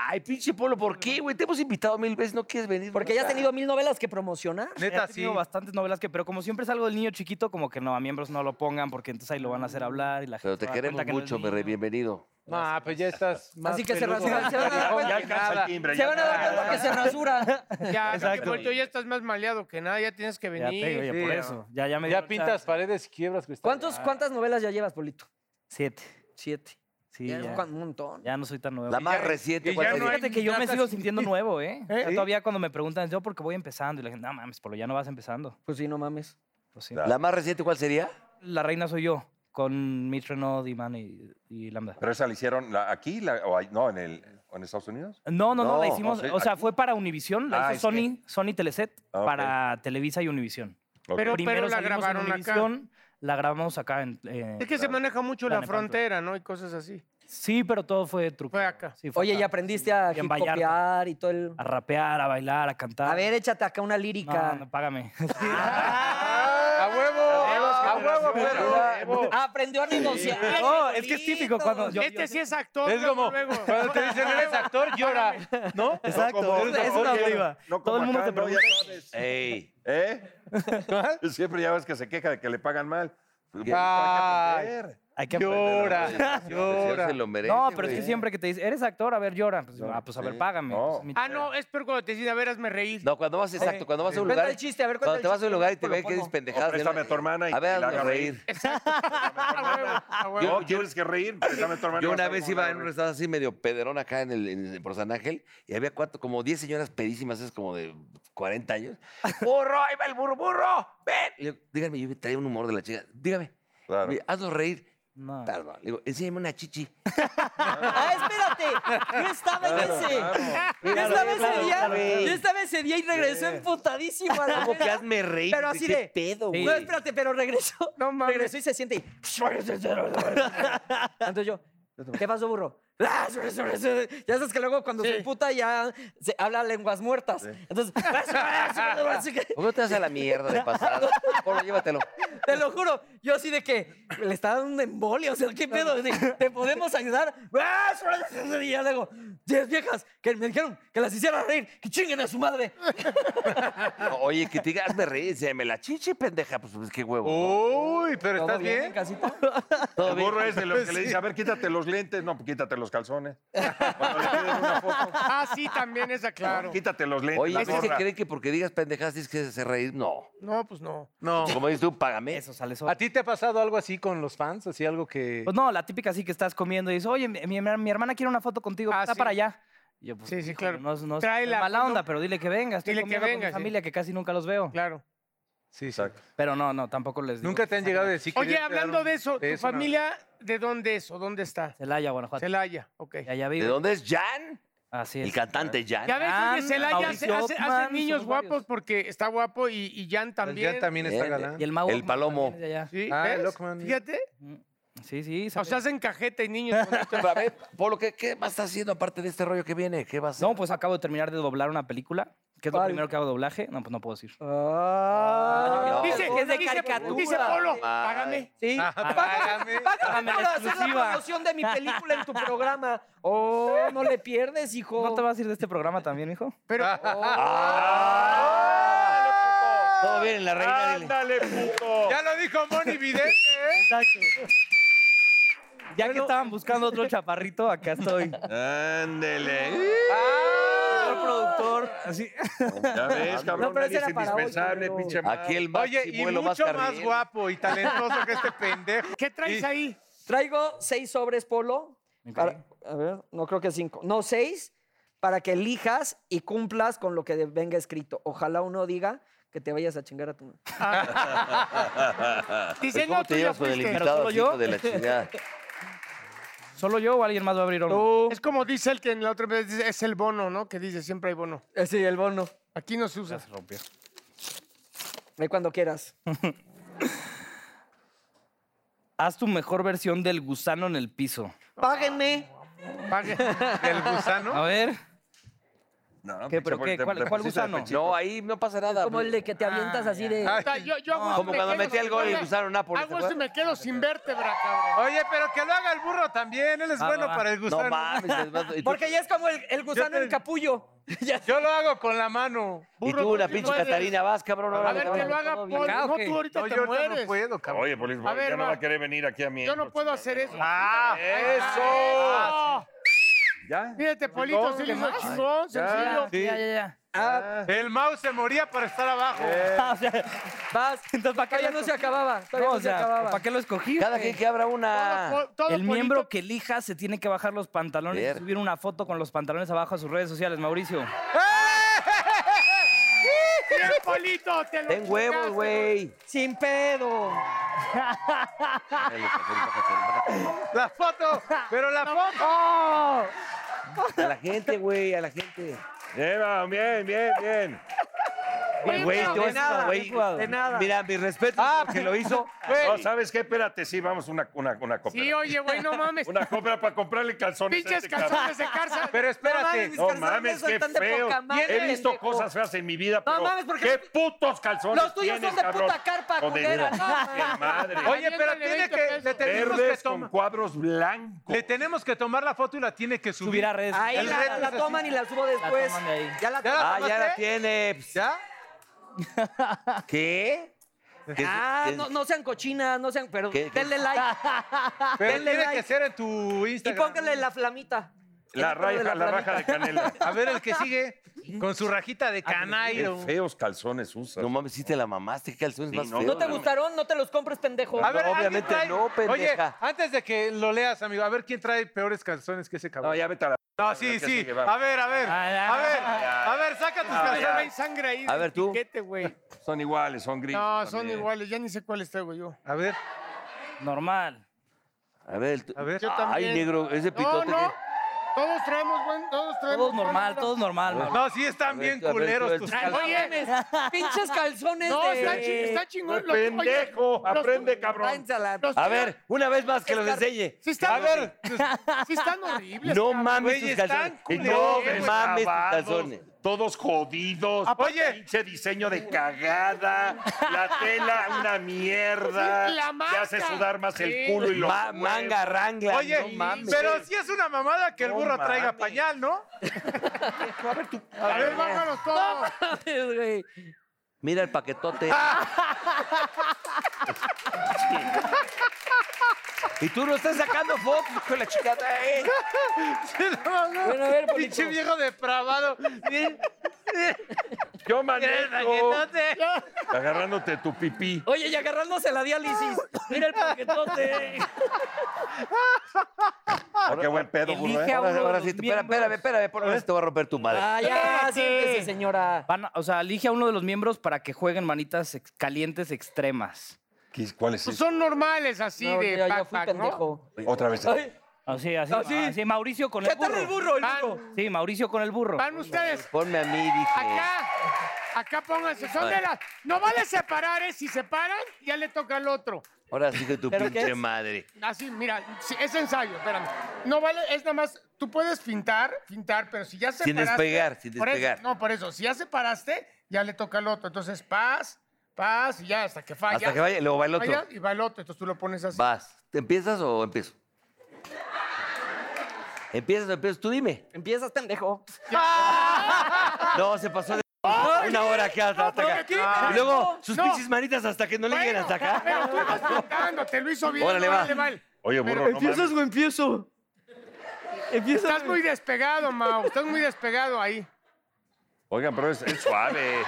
S3: Ay, pinche Polo, ¿por qué, güey? Te hemos invitado mil veces, no quieres venir.
S2: Porque ya has tenido mil novelas que promocionar.
S4: Neta,
S6: he
S4: sí.
S6: tenido bastantes novelas que, pero como siempre es algo del niño chiquito, como que no, a miembros no lo pongan porque entonces ahí lo van a hacer hablar y la
S3: Pero
S6: gente
S3: te
S6: se va a dar
S3: queremos
S6: Ah, cuenta que no es
S3: mucho, me
S6: niño.
S3: bienvenido.
S4: Ah, pues ya estás más
S2: Así que se
S4: peludo.
S2: rasura, se van a dar
S4: Ya
S2: cuenta.
S4: alcanza el timbre.
S1: Hombre,
S2: Se
S1: ya
S2: van a dar
S1: está.
S2: cuenta que se rasura.
S5: Ya,
S6: Exacto.
S5: Porque ya estás más maleado que nada, ya tienes que
S6: Ya
S5: venir.
S6: te, oye,
S4: sí,
S6: por
S4: ya.
S6: eso. Ya, ya me
S4: Ya
S6: dieron
S4: pintas
S6: chance.
S4: paredes y quiebras cristales.
S2: ¿Cuántos, ¿Cuántas novelas ya llevas, Polito?
S6: Siete.
S2: Siete.
S6: Sí,
S2: ya
S6: ya,
S2: es un montón.
S6: ya no soy tan nuevo.
S3: La más reciente,
S5: y
S3: ¿cuál
S5: ya no
S3: sería?
S5: hay-
S6: Fíjate que yo me
S5: nada
S6: sigo
S5: así.
S6: sintiendo nuevo, ¿eh? O sea,
S4: ¿Sí?
S6: Todavía cuando me preguntan, yo porque voy empezando. Y la gente, no mames, Polo, ya no vas empezando.
S2: Pues sí, no mames.
S6: Pues sí.
S1: Claro.
S3: ¿La más reciente cuál sería?
S6: La reina soy yo, con Mitch Renaud, Iman y, y Lambda.
S1: ¿Pero esa la hicieron la- aquí la- o ahí- no, en, el, o en Estados Unidos?
S6: No, no, no, la
S1: No,
S6: hicimos,
S1: no sé,
S6: o sea, fue para Univisión, la
S1: Ah,
S6: hizo
S1: es que-
S6: Sony, Sony Teleset,
S1: Ah, ok.
S6: para Televisa y Univisión.
S1: Ok.
S5: Pero-
S6: Primero
S5: la
S6: salimos
S5: grabaron
S6: en
S5: acá.
S6: Univisión, la grabamos acá. En, eh,
S5: Es que se maneja mucho la
S6: Planepanto.
S5: frontera, ¿no? Y cosas así.
S6: Sí, pero todo fue truco.
S5: Fue acá.
S2: Oye, ¿y aprendiste a
S6: Y en Vallarta.
S2: copiar y todo el...?
S6: A rapear, a bailar, a cantar.
S2: A ver, échate acá una
S6: No,
S2: lírica.
S6: no, págame. Ah,
S4: ¡A huevo! ¡A huevo,
S2: pues!
S4: perro!
S2: Aprendió a negociar.
S6: No, es que es típico cuando yo-
S5: este
S6: yo-
S5: sí es actor.
S4: Es
S5: luego,
S4: como
S5: luego.
S4: cuando te dicen eres actor, llora, ¿no?
S6: Exacto,
S1: como-
S6: es- es
S1: no,
S6: una
S1: oye,
S6: oliva.
S1: no como
S6: Todo el mundo
S1: acá,
S6: te
S1: no, ya
S6: pregunta.
S1: sabes.
S3: Ey.
S1: ¿Eh? Siempre ya ves que se queja de que le pagan mal. Pues,
S4: Ah.
S1: hay que aprender.
S6: Hay que
S4: Llora, llora.
S3: Se lo merece,
S6: No, pero es que
S3: güey.
S6: siempre que te dicen, eres actor, a ver, llora. Pues, ah, pues a ver,
S1: sí.
S6: págame.
S1: No.
S6: pues, es mi
S5: Ah,
S6: chamba.
S5: no, es pero cuando te dicen, a ver, hazme reír.
S3: No, cuando vas, exacto, cuando vas a un
S2: Cuenta
S3: lugar.
S2: el chiste, a ver, cuenta
S3: Cuando
S2: el
S3: te vas a un
S2: chiste,
S3: lugar y te
S2: lo
S3: ven que
S2: pongo.
S3: dices pendejadas.
S1: O préstame a tu hermana y
S3: A ver,
S1: que la
S3: hazme
S1: haga
S3: reír.
S5: A huevo, a huevo.
S1: No, tienes que reír. Préstame a tu hermana.
S3: Yo
S1: vas a
S3: una
S1: ver
S3: vez
S1: cómo
S3: iba
S1: la
S3: en un
S1: ríes.
S3: restaurante así medio pederón acá en el, en el- por San Ángel y había cuatro, como 10 señoras pedísimas, es como de 40 años. ¡Burro! ¡Ahí va el burro! ¡Burro! ¡Ven! Le digo, dígame, yo traía un humor de la chica. Dígame,
S1: Claro.
S3: me- hazlo reír.
S6: No.
S3: Claro, no. Le digo, enséñame una chichi.
S2: Ah, espérate. Yo estaba en ese. Yo
S3: Claro,
S2: estaba ese
S3: claro,
S2: día.
S3: claro, claro.
S2: Yo estaba ese día y regresó emputadísimo a la
S3: ¿Cómo que
S2: mesa.
S3: hazme reír?
S2: Pero así
S3: ¿Qué
S2: de-
S3: pedo, güey?
S2: No, espérate, pero regresó.
S5: No mames.
S2: Regresó y se siente. y- Entonces yo, ¿qué pasó, burro? "Ah, Ya sabes que luego cuando se emputa ya se habla lenguas muertas. Entonces, "Ah, así que-
S3: ¿Por qué no te vas a la mierda de pasada? Por llévatelo.
S2: Te lo juro, yo así de que le está dando un embolio, o sea, ¿qué pedo? De- ¿Te podemos ayudar? Y ya luego, 10 viejas que me dijeron que las hiciera reír, que chinguen a su madre.
S3: No, Oye, que te diga, hazme reír, enséñame la chichi, pendeja. Pues, pues qué huevo. ¿no?
S4: Uy, pero
S2: ¿Todo
S4: ¿estás
S2: bien
S4: bien?
S2: en casita?
S3: Todo
S1: Uh, El
S3: bien.
S1: burro es de los que le dice, a ver, quítate los lentes. No, pues quítate los calzones. Cuando le piden una foto,
S5: Ah, sí, también esa, claro.
S1: quítate los lentes.
S3: Oye,
S1: la
S3: es que se
S1: gorra.
S3: cree que porque digas pendejadas tienes que hacer reír. No.
S5: No, pues no.
S4: No.
S3: Como dices tú, págame.
S6: Eso sale solo.
S4: ¿A ti te ha pasado algo así con los fans? Así algo que...
S6: Pues no, la típica sí que estás comiendo y dices, oye, Eh, mi, mi herma- mi hermana quiere una foto contigo,
S5: Ah,
S6: está
S5: sí.
S6: para allá. Y yo, pues,
S5: Sí, sí,
S6: híjole,
S5: claro.
S6: No, es- no es-
S5: Tráela,
S6: es mala
S5: no.
S6: onda, pero dile que venga. Estoy
S5: Dile que
S6: comiendo con mi
S5: venga, sí.
S6: familia que casi nunca los veo.
S5: Claro.
S4: Sí, sí.
S1: Exacto.
S6: Pero no, no, tampoco les digo.
S4: Nunca te han llegado a decir que...
S5: Oye,
S4: ya te
S5: hablando
S4: daron
S5: de eso,
S4: de
S5: ¿tu
S4: eso, no?
S5: familia de dónde es o dónde está?
S6: Celaya, Guanajuato.
S5: Celaya, ok.
S6: Y allá
S3: ¿De
S6: vive.
S3: dónde es Jan?
S6: Así
S3: El
S6: es.
S3: cantante
S5: Ya
S3: Jan.
S5: ves, oye,
S6: Jan,
S5: Celaya hace,
S6: Mauricio
S5: hace- hace
S6: Ockman,
S5: niños
S6: somos
S5: guapos
S6: varios.
S5: porque está guapo y, y Jan
S4: El
S5: también.
S4: Jan también está
S3: Bien,
S4: galán.
S6: Y el mago.
S3: El
S6: Ockman
S3: Palomo.
S6: también es de allá.
S5: Sí,
S4: Ah,
S5: ¿ves?
S4: el Ockman.
S5: Fíjate.
S6: Sí, sí.
S5: O
S6: sale.
S5: sea, hacen cajeta y niños. bonitos.
S3: Pero a ver, Polo, ¿qué, ¿qué más estás haciendo aparte de este rollo que viene? ¿Qué vas a
S6: No, pues acabo de terminar de doblar una película. ¿Qué es lo
S2: ¿Cuál?
S6: primero que hago doblaje? No, pues no puedo decir.
S2: Ah,
S3: No,
S5: Dice,
S2: que es de
S5: dice-
S2: caricatura.
S5: Dice Polo, Ah.
S3: Ay.
S5: págame.
S2: Sí. Págame, págame
S6: Págame
S2: por hacer la
S6: la Ah, exclusiva.
S2: promoción de mi película en tu programa. Oh, no le pierdes, hijo.
S6: ¿No te vas a ir de este programa también, hijo?
S5: Pero,
S3: ¡Ah! Todo bien, la reina. dile.
S1: ¡Ándale, puto!
S4: Ya lo dijo Moni Vidente, ¿eh?
S6: Exacto. Ya que estaban buscando otro chaparrito, acá estoy.
S1: ¡Ándale!
S6: Otro productor. Así.
S1: Ya ves, cabrón,
S2: No, pero ese
S1: nadie es
S2: era para hoy,
S1: indispensable,
S2: cabrón.
S1: pinche madre.
S3: Aquí el
S4: Oye,
S3: Maxi
S4: y
S3: Vuelo
S4: mucho más
S3: Carriel.
S4: guapo y talentoso que este pendejo.
S5: ¿qué traes
S4: Sí.
S5: ahí?
S2: Traigo seis sobres polo. para- a ver, no creo que cinco. No, seis para que elijas y cumplas con lo que de- venga escrito. Ojalá uno diga que te vayas a chingar a tu madre.
S5: Dice,
S3: ¿Cómo
S5: no,
S3: te
S5: tú ya
S3: llevas con el
S5: fuiste.
S3: invitado,
S6: solo yo?
S3: hijo de la chingada?
S6: ¿Solo yo o alguien más va a abrir uno?
S5: Es como dice el que en la otra vez dice, es el bono, ¿no? Que dice, siempre hay bono.
S2: Eh, Sí, el bono.
S5: Aquí no se usa.
S2: Ahí cuando quieras.
S6: Haz tu mejor versión del gusano en el piso.
S2: Páguenme.
S5: Pague.
S4: Del gusano.
S6: A ver.
S1: No,
S6: ¿Qué, pero
S1: pinche,
S6: qué?
S1: te-
S6: ¿Cuál-
S1: te
S6: cuál
S1: pusiste de
S6: gusano?
S1: pechito.
S3: No, ahí no pasa nada.
S7: Como el de que
S6: Ah,
S7: te avientas así de.
S5: O sea, yo, yo hago
S6: No.
S5: un
S3: Como cuando
S5: pequeño-
S3: metí el gol y
S5: Oiga,
S3: usaron Nápoles, ¿te
S5: Hago eso y
S3: acuerdas?
S5: me quedo sin vértebra, cabrón.
S4: Oye, pero que lo haga el burro también. Él es
S6: Va,
S4: bueno
S6: va, va.
S4: para el gusano.
S3: No mames. les vas- y tú-
S7: Porque ya es como el, el gusano
S4: te-
S7: en capullo. Ya-
S4: Yo lo hago con la mano.
S3: Y
S5: Burro,
S3: tú, una
S5: sí
S3: pinche
S5: puedes.
S3: Catarina, vas, cabrón.
S5: A
S3: órale,
S5: ver, que
S3: órale,
S5: lo haga Paul.
S3: todo bien.
S6: acá,
S5: No,
S6: ¿o qué?
S5: tú ahorita
S4: No,
S5: te
S4: yo ahorita no
S5: mueres.
S4: puedo, cabrón.
S1: Oye, Polis,
S5: A
S1: ya
S5: ver,
S1: no
S5: va.
S1: va a querer venir aquí a mí.
S5: Yo no puedo hacer eso.
S4: Ah,
S5: ¡Eso!
S1: ¿Ya?
S5: Fíjate, Polito, se le hizo chingón, sencillo.
S4: Sí. Ah,
S7: ya, ya, ya.
S4: El mouse se moría para estar abajo.
S6: o sea, vas. Entonces, ¿para qué,
S7: Todavía
S6: lo
S7: no se acababa. Todavía
S6: no,
S7: no,
S6: o sea,
S7: se acababa.
S6: ¿para qué lo escogí?
S3: Cada
S6: güey?
S3: quien que abra una.
S5: Todo, todo
S6: El miembro
S5: Polito-
S6: que elija se tiene que bajar los pantalones
S3: Ver.
S6: y subir una foto con los pantalones abajo a sus redes sociales, Mauricio.
S5: Bien, Polito, te lo
S3: Ten huevos,
S5: chingaste,
S3: güey.
S2: Sin pedo.
S3: Bájale, bájale, bájale, bájale.
S4: La foto, pero la foto.
S3: A la gente, güey, a la gente.
S1: Bien, va, bien, bien, bien.
S5: Oye,
S3: Güey,
S5: pero-
S3: te voy a decir
S2: nada,
S3: una,
S2: de
S3: güey.
S2: nada, de nada.
S3: Mira, mi respeto ah, que lo hizo.
S1: No, ¿sabes qué? Espérate, sí, vamos, una, una, una copia.
S5: Sí, oye, güey, no mames.
S1: Una compra para comprarle calzones. a
S5: Pinches
S1: este cabrón.
S5: calzones de carza.
S4: Pero espérate.
S2: mis
S1: No
S2: calzones
S1: mames,
S2: son
S1: qué
S2: tan de
S1: feo.
S2: poca madre,
S1: He visto
S2: pendejo.
S1: cosas feas en mi vida, pero
S2: mames, porque
S1: qué
S2: los-
S1: putos calzones
S2: los tuyos son
S1: tienes,
S2: de
S1: cabrón.
S2: puta carpa,
S1: Joder,
S2: culera, no,
S1: qué
S2: mames.
S1: madre.
S4: Oye, pero
S5: Aviéntale
S4: tiene
S5: 20
S4: que, le
S5: pesos.
S4: tenemos que
S1: Verdes con
S4: tomar.
S1: cuadros blancos.
S4: Le tenemos que tomar la foto y la tiene que subir.
S6: Subir a redes
S2: Ahí
S4: El
S2: la,
S4: reto
S2: la
S4: es así.
S2: toman y la subo después.
S6: toman de ahí.
S2: Ya la
S4: Ya la-
S3: Ah, ya la
S4: ¿Tomaste?
S3: tiene.
S4: ¿Ya?
S3: ¿Qué? ¿Qué es-
S2: Ah,
S3: qué es-
S2: no, no sean cochinas, no sean. Pero
S3: ¿Qué- qué?
S2: denle like
S4: Pero
S2: Denle
S4: tiene
S2: like.
S4: que ser en tu
S2: y
S4: Instagram.
S2: pónganle la flamita.
S1: La
S2: El icono de
S1: raja, la raja de
S2: flamita.
S1: canela.
S4: A ver el que sigue. Con su rajita de
S1: Qué
S4: canairo.
S1: feos calzones usas.
S3: No mames, sí te la mamaste. ¿Qué calzones
S1: Sí,
S3: más
S1: no,
S3: feos?
S2: ¿No te gustaron? No te los compres, pendejo.
S4: A ver,
S3: No,
S4: ¿alguien
S3: obviamente
S4: trae-
S3: no,
S4: Oye,
S3: pendeja.
S4: antes de que lo leas, amigo, a ver quién trae peores calzones que ese cabrón.
S1: No, ya vete a la...
S4: No, sí,
S1: ver, ¿qué
S4: sí.
S1: sigue? Va.
S4: A ver, a ver.
S6: Ah, ya.
S4: A ver, a ver, saca tus
S5: Pero ya hay
S4: calzones.
S5: sangre ahí.
S3: A
S5: del
S3: ver, tú.
S5: piquete, güey.
S1: Son iguales, son grises.
S5: No, son
S1: también.
S5: iguales. Ya ni sé cuáles traigo yo.
S4: A ver,
S6: Normal.
S3: A ver, el tu-
S4: a ver.
S5: Yo también.
S3: Ay, negro, ese
S5: No,
S3: pitote.
S5: no.
S3: que-
S5: Todos traemos, güey. Todos traemos.
S6: Todos normal,
S5: buena-
S6: todos normal, Mauricio.
S4: No, sí están
S3: ver,
S4: bien
S3: tú, a ver, tú,
S4: culeros
S3: el
S4: tus
S3: tra-
S4: calzones.
S5: Oye,
S2: Pinches calzones
S5: no,
S2: de.
S5: está, chi- está chingón. Los- oye,
S1: Eh, Pendejo,
S5: los-
S1: aprende, cabrón.
S2: Ánsala.
S5: los-
S3: A ver, una vez más que los enseñe.
S5: Sí están,
S3: A ver.
S5: sí están horribles.
S3: No
S5: cabrón.
S3: mames
S4: güey,
S3: tus
S4: están
S3: calzones. No
S5: culeros, güey,
S3: mames tus
S1: Lavados,
S3: calzones.
S1: Todos jodidos.
S4: Oye.
S1: Pinche diseño de cagada. La tela, una mierda.
S5: Pues Sí, la
S1: Te hace
S5: marca.
S1: sudar más el
S5: Sí.
S1: culo y los
S3: Ma-
S1: huevos.
S3: manga rangla.
S4: Oye,
S3: no mames.
S4: pero sí es una mamada que el
S1: No
S4: burro traiga
S1: mames.
S4: pañal, ¿no?
S5: A ver, bájalos todos.
S2: güey.
S3: Mira el paquetote. y tú no estás sacando fotos con la chica. eh.
S2: Bueno, a ver, Polito.
S4: Pinche viejo depravado. Bien,
S1: Yo manejo.
S4: raquetote.
S1: Agarrándote tu pipí.
S2: Oye, y agarrándose la diálisis. Mira el paquetote.
S1: Ah, qué buen pedo, burro.
S6: Elige
S1: ¿eh?
S6: a uno
S3: Ahora,
S6: de
S3: ahora
S6: los
S3: sí, espera,
S6: miembros.
S3: espérame, espérame, por lo menos te voy a romper tu madre.
S2: Ah, ya, siéntese, señora.
S6: Van a- o sea, elige a uno de los miembros para que jueguen manitas ex- calientes extremas.
S1: ¿Qué- ¿Cuál es
S5: Pues
S1: eso?
S5: son normales así
S2: No, yo,
S5: de
S2: yo fui
S5: backpack, ¿no?
S2: pendejo.
S1: Otra vez.
S2: Ay,
S6: Así, así.
S2: Así.
S6: así, Mauricio con el
S2: ¿Qué tal
S6: burro.
S2: el burro? El
S5: Van-
S2: burro.
S6: Sí, Mauricio con el burro.
S5: Van ustedes
S3: Ponme a mí, dije.
S5: acá. Acá pónganse, son de las. No vale separar, ¿eh? Si separan, ya le toca al otro.
S3: Ahora sí que tu
S2: ¿Pero qué
S3: pinche
S2: es?
S3: madre.
S5: Así, mira, sí, es ensayo, espérame. No vale, es nada más, tú puedes fintar, fintar, pero si ya separaste.
S3: despegar, sin
S5: por eso-
S3: despegar.
S5: no, por eso, si ya separaste, ya le toca al otro. Entonces, paz, paz, y ya, hasta que falla.
S3: Hasta que vaya, luego va el otro.
S5: Falla y va el otro, entonces tú lo pones así.
S3: Vas. ¿Te empiezas o empiezo? ¿Empiezas o empiezas? Tú dime.
S2: Empiezas, pendejo.
S3: No, se pasó de una hora aquí hasta, hasta acá.
S5: ¿qué?
S3: Y luego sus
S5: No.
S3: pinches manitas hasta que no le lleguen
S5: Bueno,
S3: hasta acá.
S5: Pero tú estás pintando, te lo hizo bien.
S3: Órale,
S5: Órale,
S3: va.
S5: mal.
S1: Oye, burro, no mames.
S2: o empiezo? Empiezas.
S5: Estás muy despegado, Mau. Estás muy despegado ahí.
S1: Oigan, pero es, es suave.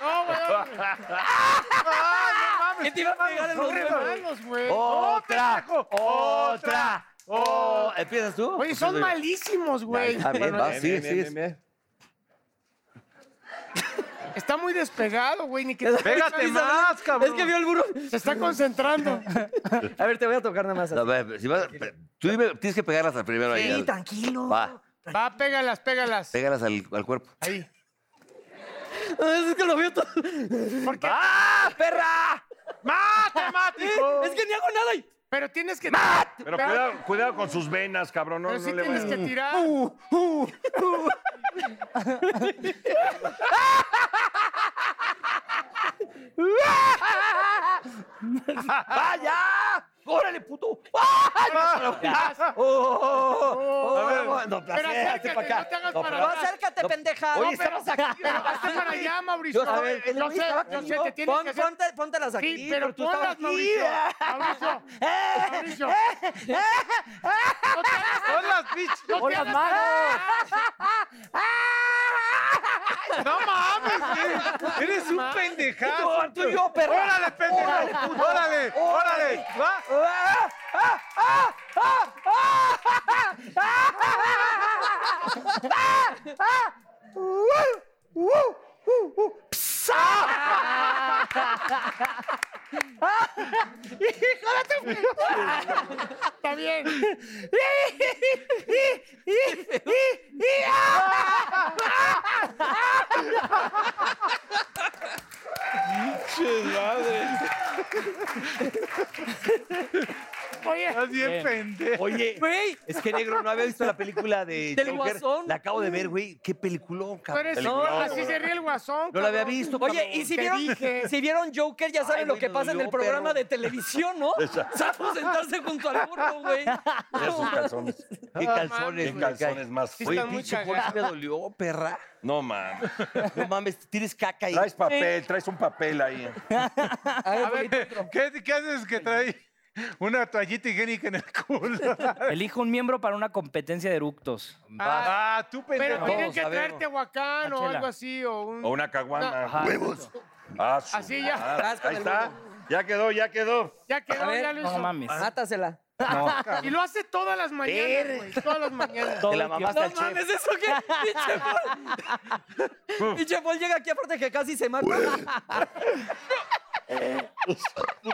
S5: No, güey.
S2: ¿Qué te iba a pegar el
S5: Son
S2: burro?
S5: malos, güey. ¡Oh,
S3: Otra,
S4: pendejo!
S3: otra, o- Oh, ¿Empiezas tú? Pues
S5: Oye, son malísimos, güey.
S3: Ah, bien,
S1: Bien,
S3: vas, sigue,
S1: bien, bien,
S3: sigue.
S1: bien,
S5: Está muy despegado, güey. Ni que
S4: Pégate más, cabrón.
S2: Es que vio el burro.
S5: se está concentrando.
S2: A ver, te voy a tocar nada más.
S3: No, a ver, si vas- pe- tú dime, tienes que pegarlas al primero ahí.
S2: Sí,
S3: al-
S2: tranquilo.
S3: Va,
S5: Va, pégalas, pégalas.
S3: pégalas al, al cuerpo.
S5: Ahí.
S2: Es que lo veo todo.
S5: Porque
S2: ¡Ah, perra!
S4: ¡Mate, mate!
S2: Es que ni hago nada y.
S5: Pero tienes que.
S1: Pero cuidado, cuidado con sus venas, cabrón. No,
S5: Pero
S1: no
S5: sí
S1: le
S5: tienes
S1: vayan-
S5: que tirar.
S3: ¡Vaya! ¡Órale, puto!
S5: Oh. Pero acércate, no te hagas para
S2: No,
S5: atrás.
S2: acércate, pendeja.
S3: Oye,
S2: No, pero-
S3: estabas aquí.
S5: Pero hazte para allá, Mauricio.
S2: A ver, el
S5: no
S2: güey
S5: sé,
S2: estaba
S5: no
S2: aquí,
S5: sé,
S2: ¿no?
S5: te tienes
S2: Pon-
S5: que hacer-
S2: ponte- Póntelas aquí.
S5: Sí, pero
S2: tú estabas
S5: ponlas,
S2: aquí. Eh,
S5: Mauricio. Mauricio. Mauricio. No te hagas-
S4: Son las pinches.
S5: no te
S7: las
S5: hagas-
S7: manos.
S4: No mames, güey. eres un pendejazo.
S2: Tú y yo, perro.
S4: Órale, pendejo. Órale, órale. Va.
S5: Está bien. Oye,
S4: Estás bien
S6: Bien.
S4: pendejo.
S3: Oye,
S7: Güey,
S3: es que negro no había visto la película de
S7: Del
S3: Joker.
S7: Guasón.
S3: La acabo de
S5: Mm.
S3: ver, güey. Qué peliculón,
S5: tú
S3: cabrón.
S5: eres
S1: No,
S5: así
S1: no.
S5: se ríe el guasón.
S3: No la había
S5: cabrón.
S3: visto.
S7: Oye,
S3: cabrón.
S7: y si
S5: Te
S7: vieron,
S5: dije.
S7: si vieron Joker, ya saben
S3: Ay,
S7: lo
S3: güey,
S7: que
S3: no
S7: pasa en
S3: dolió,
S7: el programa
S3: perro.
S7: de televisión, ¿no?
S1: Exacto.
S7: Sapo sentarse junto al burro, güey.
S1: Mira sus calzones.
S3: Qué
S5: Ah,
S1: Qué
S5: mames,
S3: calzones, güey,
S1: calzones
S3: cae.
S1: más
S5: Sí
S1: feos.
S3: Oye,
S5: están muy
S3: pinche
S5: cagados.
S3: Juan, me dolió, perra.
S1: No, man.
S3: No mames, tienes caca ahí.
S1: Traes papel, traes un papel ahí.
S4: A ver, ¿qué, qué haces que trae una toallita higiénica en el culo?
S6: Elijo un miembro para una competencia de eructos.
S5: Ah,
S4: Ah, tú pendejo.
S5: pero tienen
S3: Todos
S5: que
S3: sabemos.
S5: traerte Tehuacán o
S6: Chela.
S5: algo así. O un...
S1: O una caguama.
S6: Ajá.
S1: ¡Huevos! Ah, su
S5: Así ya.
S1: madre.
S2: Atrás con
S1: Ahí
S2: el
S1: está. Ya quedó, ya quedó.
S5: Ya quedó,
S2: ver,
S5: ya lo
S6: No
S5: hizo.
S6: mames.
S2: Mátasela.
S6: No.
S5: Y lo hace todas las mañanas, güey. Todas las mañanas.
S6: Todo
S3: Te la
S6: el tiempo.
S3: mamaste al
S7: No mames,
S3: chef.
S7: ¿eso qué? Pinche Paul. Pinche Paul llega aquí aparte que casi se mata.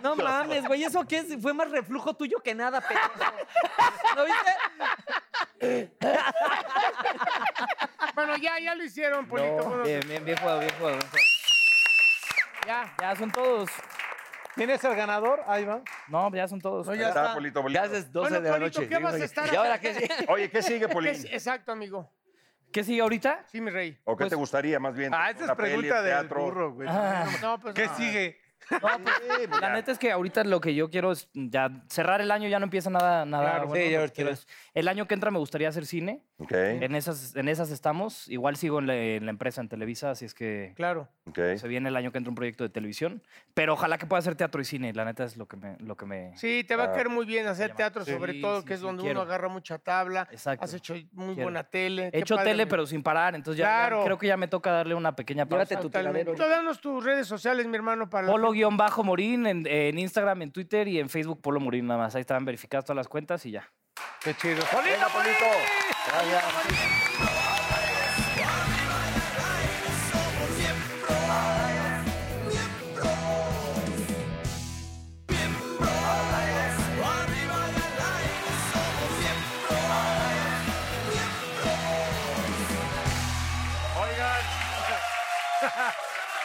S2: No mames, güey. ¿Eso qué es? Fue más reflujo tuyo que nada, pendejo. ¿No viste?
S5: Bueno, ya, ya lo hicieron, Polito. bueno,
S6: Bien, bien, bien jugado, bien jugado. bien jugado.
S5: ya.
S6: Ya son todos.
S4: ¿Quién es el ganador? Ahí va.
S6: No, ya son todos.
S5: No,
S1: Ahí
S5: ya
S1: está,
S5: está.
S1: Polito, Polito.
S3: Ya haces 12
S5: Bueno,
S3: de la
S5: Polito,
S3: noche.
S5: ¿qué vas a estar
S3: ¿Y ahora
S5: acá?
S3: qué sí?
S1: Oye, ¿qué sigue, Polito?
S5: Es- exacto, amigo.
S6: ¿Qué sigue ahorita?
S5: Sí, mi rey.
S1: ¿O qué te gustaría más bien?
S4: Ah, esa es
S1: ¿Una peli,
S4: pregunta del
S1: teatro?
S4: burro, güey.
S5: No, pues
S4: ¿Qué
S5: no.
S4: sigue?
S1: Sí, pues,
S6: La
S1: ya.
S6: neta es que ahorita lo que yo quiero es ya cerrar el año, ya no empieza nada, nada.
S4: Claro,
S6: bueno,
S4: sí, ya
S6: lo que quiero
S4: ahorita.
S6: es- El año que entra me gustaría hacer cine.
S1: Ok,
S6: En esas, en esas estamos. Igual sigo en la, en la empresa, en Televisa, así es que
S5: Claro.
S1: ok.
S6: se viene el año que entra un proyecto de televisión. Pero ojalá que pueda hacer teatro y cine. La neta es lo que me. Lo que me...
S5: Sí, te va a caer muy bien hacer
S6: llama-
S5: teatro,
S6: Sí,
S5: sobre todo,
S6: sí,
S5: que es
S6: sí,
S5: donde
S6: quiero.
S5: uno agarra mucha tabla.
S6: Exacto.
S5: Has hecho muy
S6: Quiero.
S5: buena tele.
S6: He
S5: Qué
S6: hecho
S5: padre,
S6: tele,
S5: amigo.
S6: pero sin parar. Entonces ya, ya
S5: Claro.
S6: creo que ya me toca darle una pequeña pausa.
S2: Llévate tu
S5: Totalmente.
S2: tiradero.
S5: Tú danos tus redes sociales, mi hermano, para la gente.
S6: Polo-Morín en, en Instagram, en Twitter y en Facebook Polo Morín nada más. Ahí están verificadas todas las cuentas y ya.
S4: Qué chido.
S1: Venga, Polito. Gracias.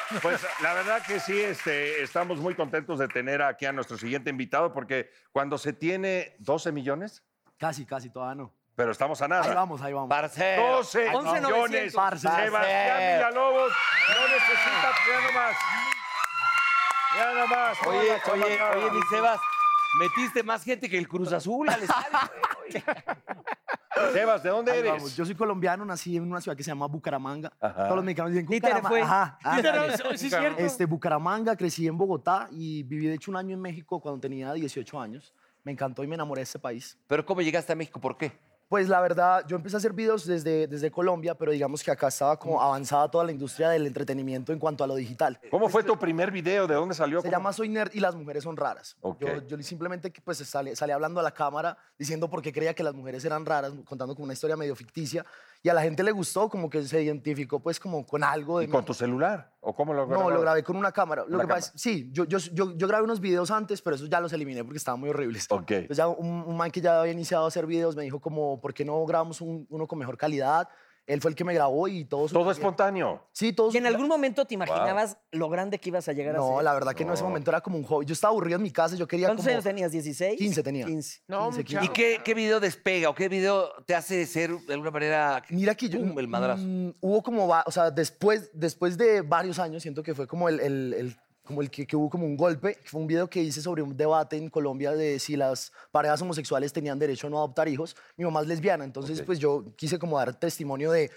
S1: Oigan, Pues la verdad que sí, este, estamos muy contentos de tener aquí a nuestro siguiente invitado, porque cuando se tiene 12 millones,
S8: Casi, casi, todavía no.
S1: pero estamos a nada.
S8: Ahí vamos, ahí vamos.
S3: Parcero.
S1: 12
S2: 11,900.
S1: millones.
S8: Parce.
S1: Sebastián Villalobos no necesita, ya nomás. Ya nomás.
S3: Oye,
S1: Hola,
S3: oye,
S1: chavalada.
S3: oye, mi Sebas, metiste más gente que el Cruz Azul al estadio.
S1: Sebas, ¿de dónde
S8: Ahí
S1: eres?
S8: vamos. Yo soy colombiano, nací en una ciudad que se llama Bucaramanga.
S1: Ajá.
S8: Todos los mexicanos dicen
S2: Títere fue.
S8: Bucaramanga. Ajá. ándale.
S5: Sí, cierto.
S8: Este, Bucaramanga, crecí en Bogotá y viví de hecho un año en México cuando tenía 18 años. Me encantó y me enamoré de este país.
S3: Pero ¿cómo llegaste a México? ¿Por qué?
S8: Pues la verdad, yo empecé a hacer videos desde, desde Colombia, pero digamos que acá estaba como avanzada toda la industria del entretenimiento en cuanto a lo digital.
S1: ¿Cómo fue tu primer video? ¿De dónde salió?
S8: Se
S1: ¿Cómo?
S8: llama Soy Nerd y las mujeres son raras.
S1: Ok.
S8: Yo, yo simplemente que, pues salí, salí hablando a la cámara diciendo por qué creía que las mujeres eran raras, contando como una historia medio ficticia. Y a la gente le gustó, como que se identificó pues como con algo de...
S1: ¿Y con
S8: mí.
S1: tu celular? ¿O cómo lo
S8: No,
S1: grababas?
S8: lo grabé con una cámara. Lo
S1: Una
S8: que pasa es- sí, yo, yo, yo, yo grabé unos videos antes, pero esos ya los eliminé porque estaban muy horribles.
S1: Ok.
S8: Entonces ya un, un man que ya había iniciado a hacer videos me dijo como, ¿por qué no grabamos un- uno con mejor calidad? Él fue el que me grabó y todo.
S1: Todo
S8: súper bien.
S1: espontáneo.
S8: Sí, todo.
S2: ¿Y en algún momento te imaginabas lo grande que ibas a llegar a
S8: No,
S2: ser?
S8: la verdad que no. en ese momento era como un hobby. Yo estaba aburrido en mi casa, yo quería
S2: ¿Cuántos
S8: como...
S2: años tenías? ¿16?
S8: 15 tenía.
S2: 15.
S5: No,
S8: 15,
S5: muchacho.
S3: ¿Y qué, qué video despega o qué video te hace ser de alguna manera
S8: Mira que yo.
S3: Pum, el madrazo.
S8: mm, hubo como. va- O sea, después, después de varios años, siento que fue como el. el- el- como el que, que hubo como un golpe, que fue un video que hice sobre un debate en Colombia de si las parejas homosexuales tenían derecho a no adoptar hijos. Mi mamá es lesbiana, entonces pues yo quise como dar testimonio de,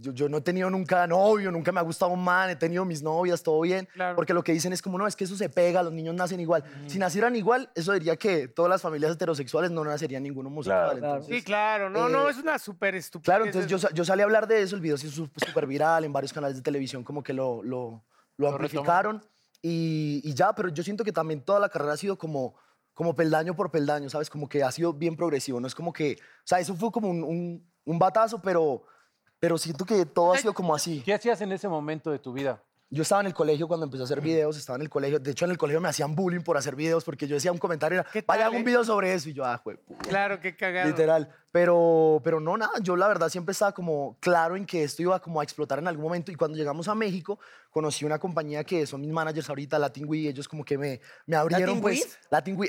S8: yo, yo no he tenido nunca novio, nunca me ha gustado un man, he tenido mis novias, todo bien.
S5: Claro.
S8: Porque lo que dicen es como, no, es que eso se pega, los niños nacen igual. Si nacieran igual, eso diría que todas las familias heterosexuales no nacerían ningún homosexual.
S2: Claro.
S8: entonces-
S5: Sí, claro. No,
S8: eh,
S5: no, es una súper estupidez.
S8: Claro, entonces yo, sa- yo salí a hablar de eso, el video se hizo sup- súper viral en varios canales de televisión, como que lo, lo, lo amplificaron y, y ya, pero yo siento que también toda la carrera ha sido como, como peldaño por peldaño, ¿sabes? Como que ha sido bien progresivo, no es como que, o sea, eso fue como un, un, un batazo, pero, pero siento que todo ha sido como así.
S4: ¿Qué hacías en ese momento de tu vida?
S8: Yo estaba en el colegio cuando empecé a hacer videos, estaba en el colegio, de hecho en el colegio me hacían bullying por hacer videos porque yo decía un comentario,
S5: ¿Qué
S8: era, vaya,
S5: tal,
S8: hago
S5: eh?
S8: un video sobre eso y yo, ah, jue-
S5: Claro, qué cagado.
S8: Literal. Pero, pero no, nada, yo la verdad siempre estaba como claro en que esto iba como a explotar en algún momento. Y cuando llegamos a México, conocí una compañía que son mis managers ahorita, Latin Wii, ellos como que me, me abrieron
S2: ¿Latin
S8: pues...
S2: Wii?
S8: Latin Wii.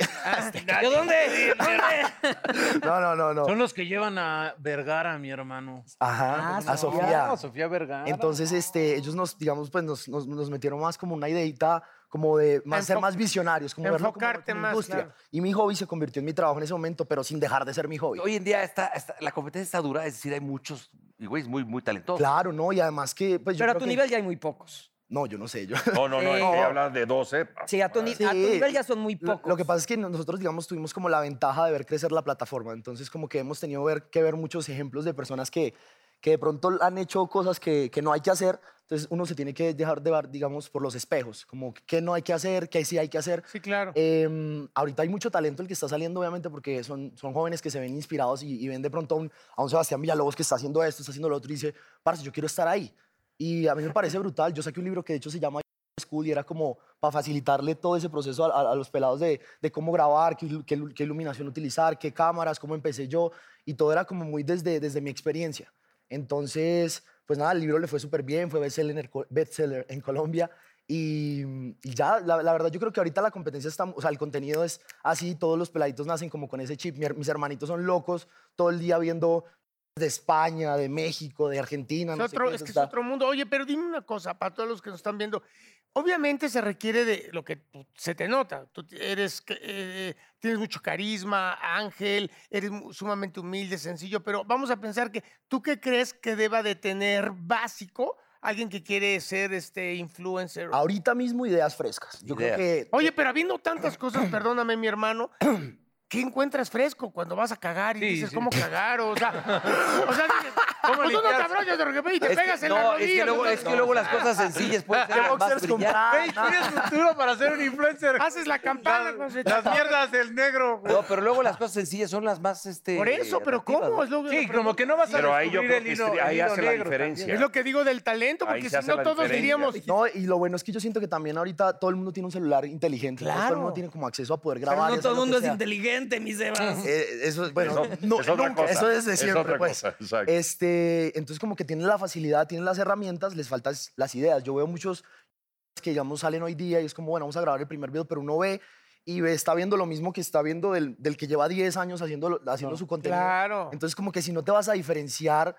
S7: ¿Yo dónde?
S8: no, no, no, no.
S9: Son los que llevan a Vergara, mi hermano.
S8: Ajá, a
S4: Ah,
S8: Sofía.
S4: Sofía Vergara.
S8: Entonces, este, ellos nos, digamos, pues nos, nos, nos metieron más como una ideita, como de más, ser
S5: Enfo-
S8: más visionarios, como verlo como-
S5: enfocarte
S8: como
S5: más,
S8: industria.
S5: claro.
S8: Y mi hobby se convirtió en mi trabajo en ese momento, pero sin dejar de ser mi hobby.
S3: Hoy en día está, está- la competencia está dura, es decir, hay muchos y güeyes muy, muy talentosos.
S8: Claro, ¿no? Y además que, pues yo
S2: Pero a
S8: creo
S2: tu
S8: que-
S2: nivel ya hay muy pocos.
S8: No, yo no sé, yo...
S1: No, no, no.
S2: Sí.
S1: Estoy hablando de 12.
S2: Sí, a tu, ni-
S8: Sí.
S2: a tu nivel ya son muy
S8: Lo-
S2: pocos.
S8: Lo que pasa es que no- nosotros, digamos, tuvimos como la ventaja de ver crecer la plataforma. Entonces, como que hemos tenido ver, que ver muchos ejemplos de personas que, que de pronto han hecho cosas que, que no hay que hacer. Entonces, uno se tiene que dejar de ver, digamos, por los espejos. Como qué no hay que hacer, qué sí hay que hacer.
S5: Sí, claro.
S8: Eh, ahorita hay mucho talento el que está saliendo, obviamente, porque son, son jóvenes que se ven inspirados y, y ven de pronto a un, a un Sebastián Villalobos que está haciendo esto, está haciendo lo otro y dice, parce, yo quiero estar ahí. Y a mí me parece brutal. Yo saqué un libro que de hecho se llama School y era como para facilitarle todo ese proceso a, a- a los pelados de, de cómo grabar, qué, ilu- qué ilu- qué iluminación utilizar, qué cámaras, cómo empecé yo. Y todo era como muy desde, desde mi experiencia. Entonces, pues nada, el libro le fue súper bien, fue bestseller en, el co- bestseller en Colombia. Y, mm, y ya, la, la verdad, yo creo que ahorita la competencia está, o sea, el contenido es así, todos los peladitos nacen como con ese chip. Mi her- mis hermanitos son locos, todo el día viendo de España, de México, de Argentina.
S5: Es
S8: no sé
S5: otro- es
S8: qué, eso
S5: que es
S8: está-
S5: otro mundo. Oye, pero dime una cosa, para todos los que nos están viendo. Obviamente se requiere de lo que tú- se te nota. Tú t- eres, que- eh, tienes mucho carisma, ángel, eres mu- sumamente humilde, sencillo, pero vamos a pensar que tú qué crees que deba de tener básico alguien que quiere ser este influencer.
S3: Ah,
S8: Ahorita mismo ideas frescas. Yo
S3: Ideas.
S8: creo que
S5: Oye, pero habiendo tantas cosas, perdóname, mi hermano, ¿qué encuentras fresco cuando vas a cagar y
S4: Sí,
S5: dices
S4: sí.
S5: cómo cagar? O sea, o sea dices, pues tú no te
S4: limpiarse?
S5: abrollas de repente y te
S3: Es que-
S5: pegas en la
S3: no,
S5: rodilla.
S3: es que luego,
S5: entonces-
S3: es que luego las cosas sencillas pueden
S4: pues
S3: ser las más
S8: boxers con
S3: brillantes.
S4: Güey,
S8: Prada,
S4: tienes futuro para ser un influencer.
S5: Haces la campana. con ese-
S4: Las mierdas del negro, güey.
S3: No, pero luego las cosas sencillas son las más, este...
S5: Por eso, pero
S3: atractivas,
S5: ¿cómo?
S3: ¿no?
S5: Es lo,
S4: Sí,
S5: pero-
S4: como que no vas a
S1: Pero ahí yo
S4: descubrir
S1: creo
S4: el
S1: que
S4: hilo,
S1: estaría-
S4: el
S1: ahí
S4: hilo
S1: hace la
S4: negro también.
S1: diferencia.
S5: es lo que digo del talento,
S1: Ahí
S5: porque
S1: se
S5: si
S1: hace
S5: no
S1: la
S5: todos
S1: diferencia.
S5: diríamos.
S8: No, y lo bueno es que yo siento que también ahorita todo el mundo tiene un celular inteligente. entonces todo
S5: Claro.
S8: el mundo tiene como acceso a poder
S7: Pero
S8: grabar.
S7: no
S8: y hacer
S7: todo el
S8: lo
S7: mundo
S8: que
S7: es
S8: sea.
S7: inteligente, mi Sebas.
S8: Eh, eso, bueno,
S1: Eso-
S8: no,
S1: es otra
S8: nunca,
S1: cosa,
S8: eso es de
S1: es
S8: siempre,
S1: otra
S8: pues.
S1: cosa, exacto.
S8: Este, entonces, como que tienen la facilidad, tienen las herramientas, les faltan las ideas. Yo veo muchos que, digamos, salen hoy día y es como, bueno, vamos a grabar el primer video, pero uno ve y ve, está viendo lo mismo que está viendo del, del que lleva 10 años haciendo, haciendo su contenido.
S5: Claro.
S8: Entonces, como que si no te vas a diferenciar,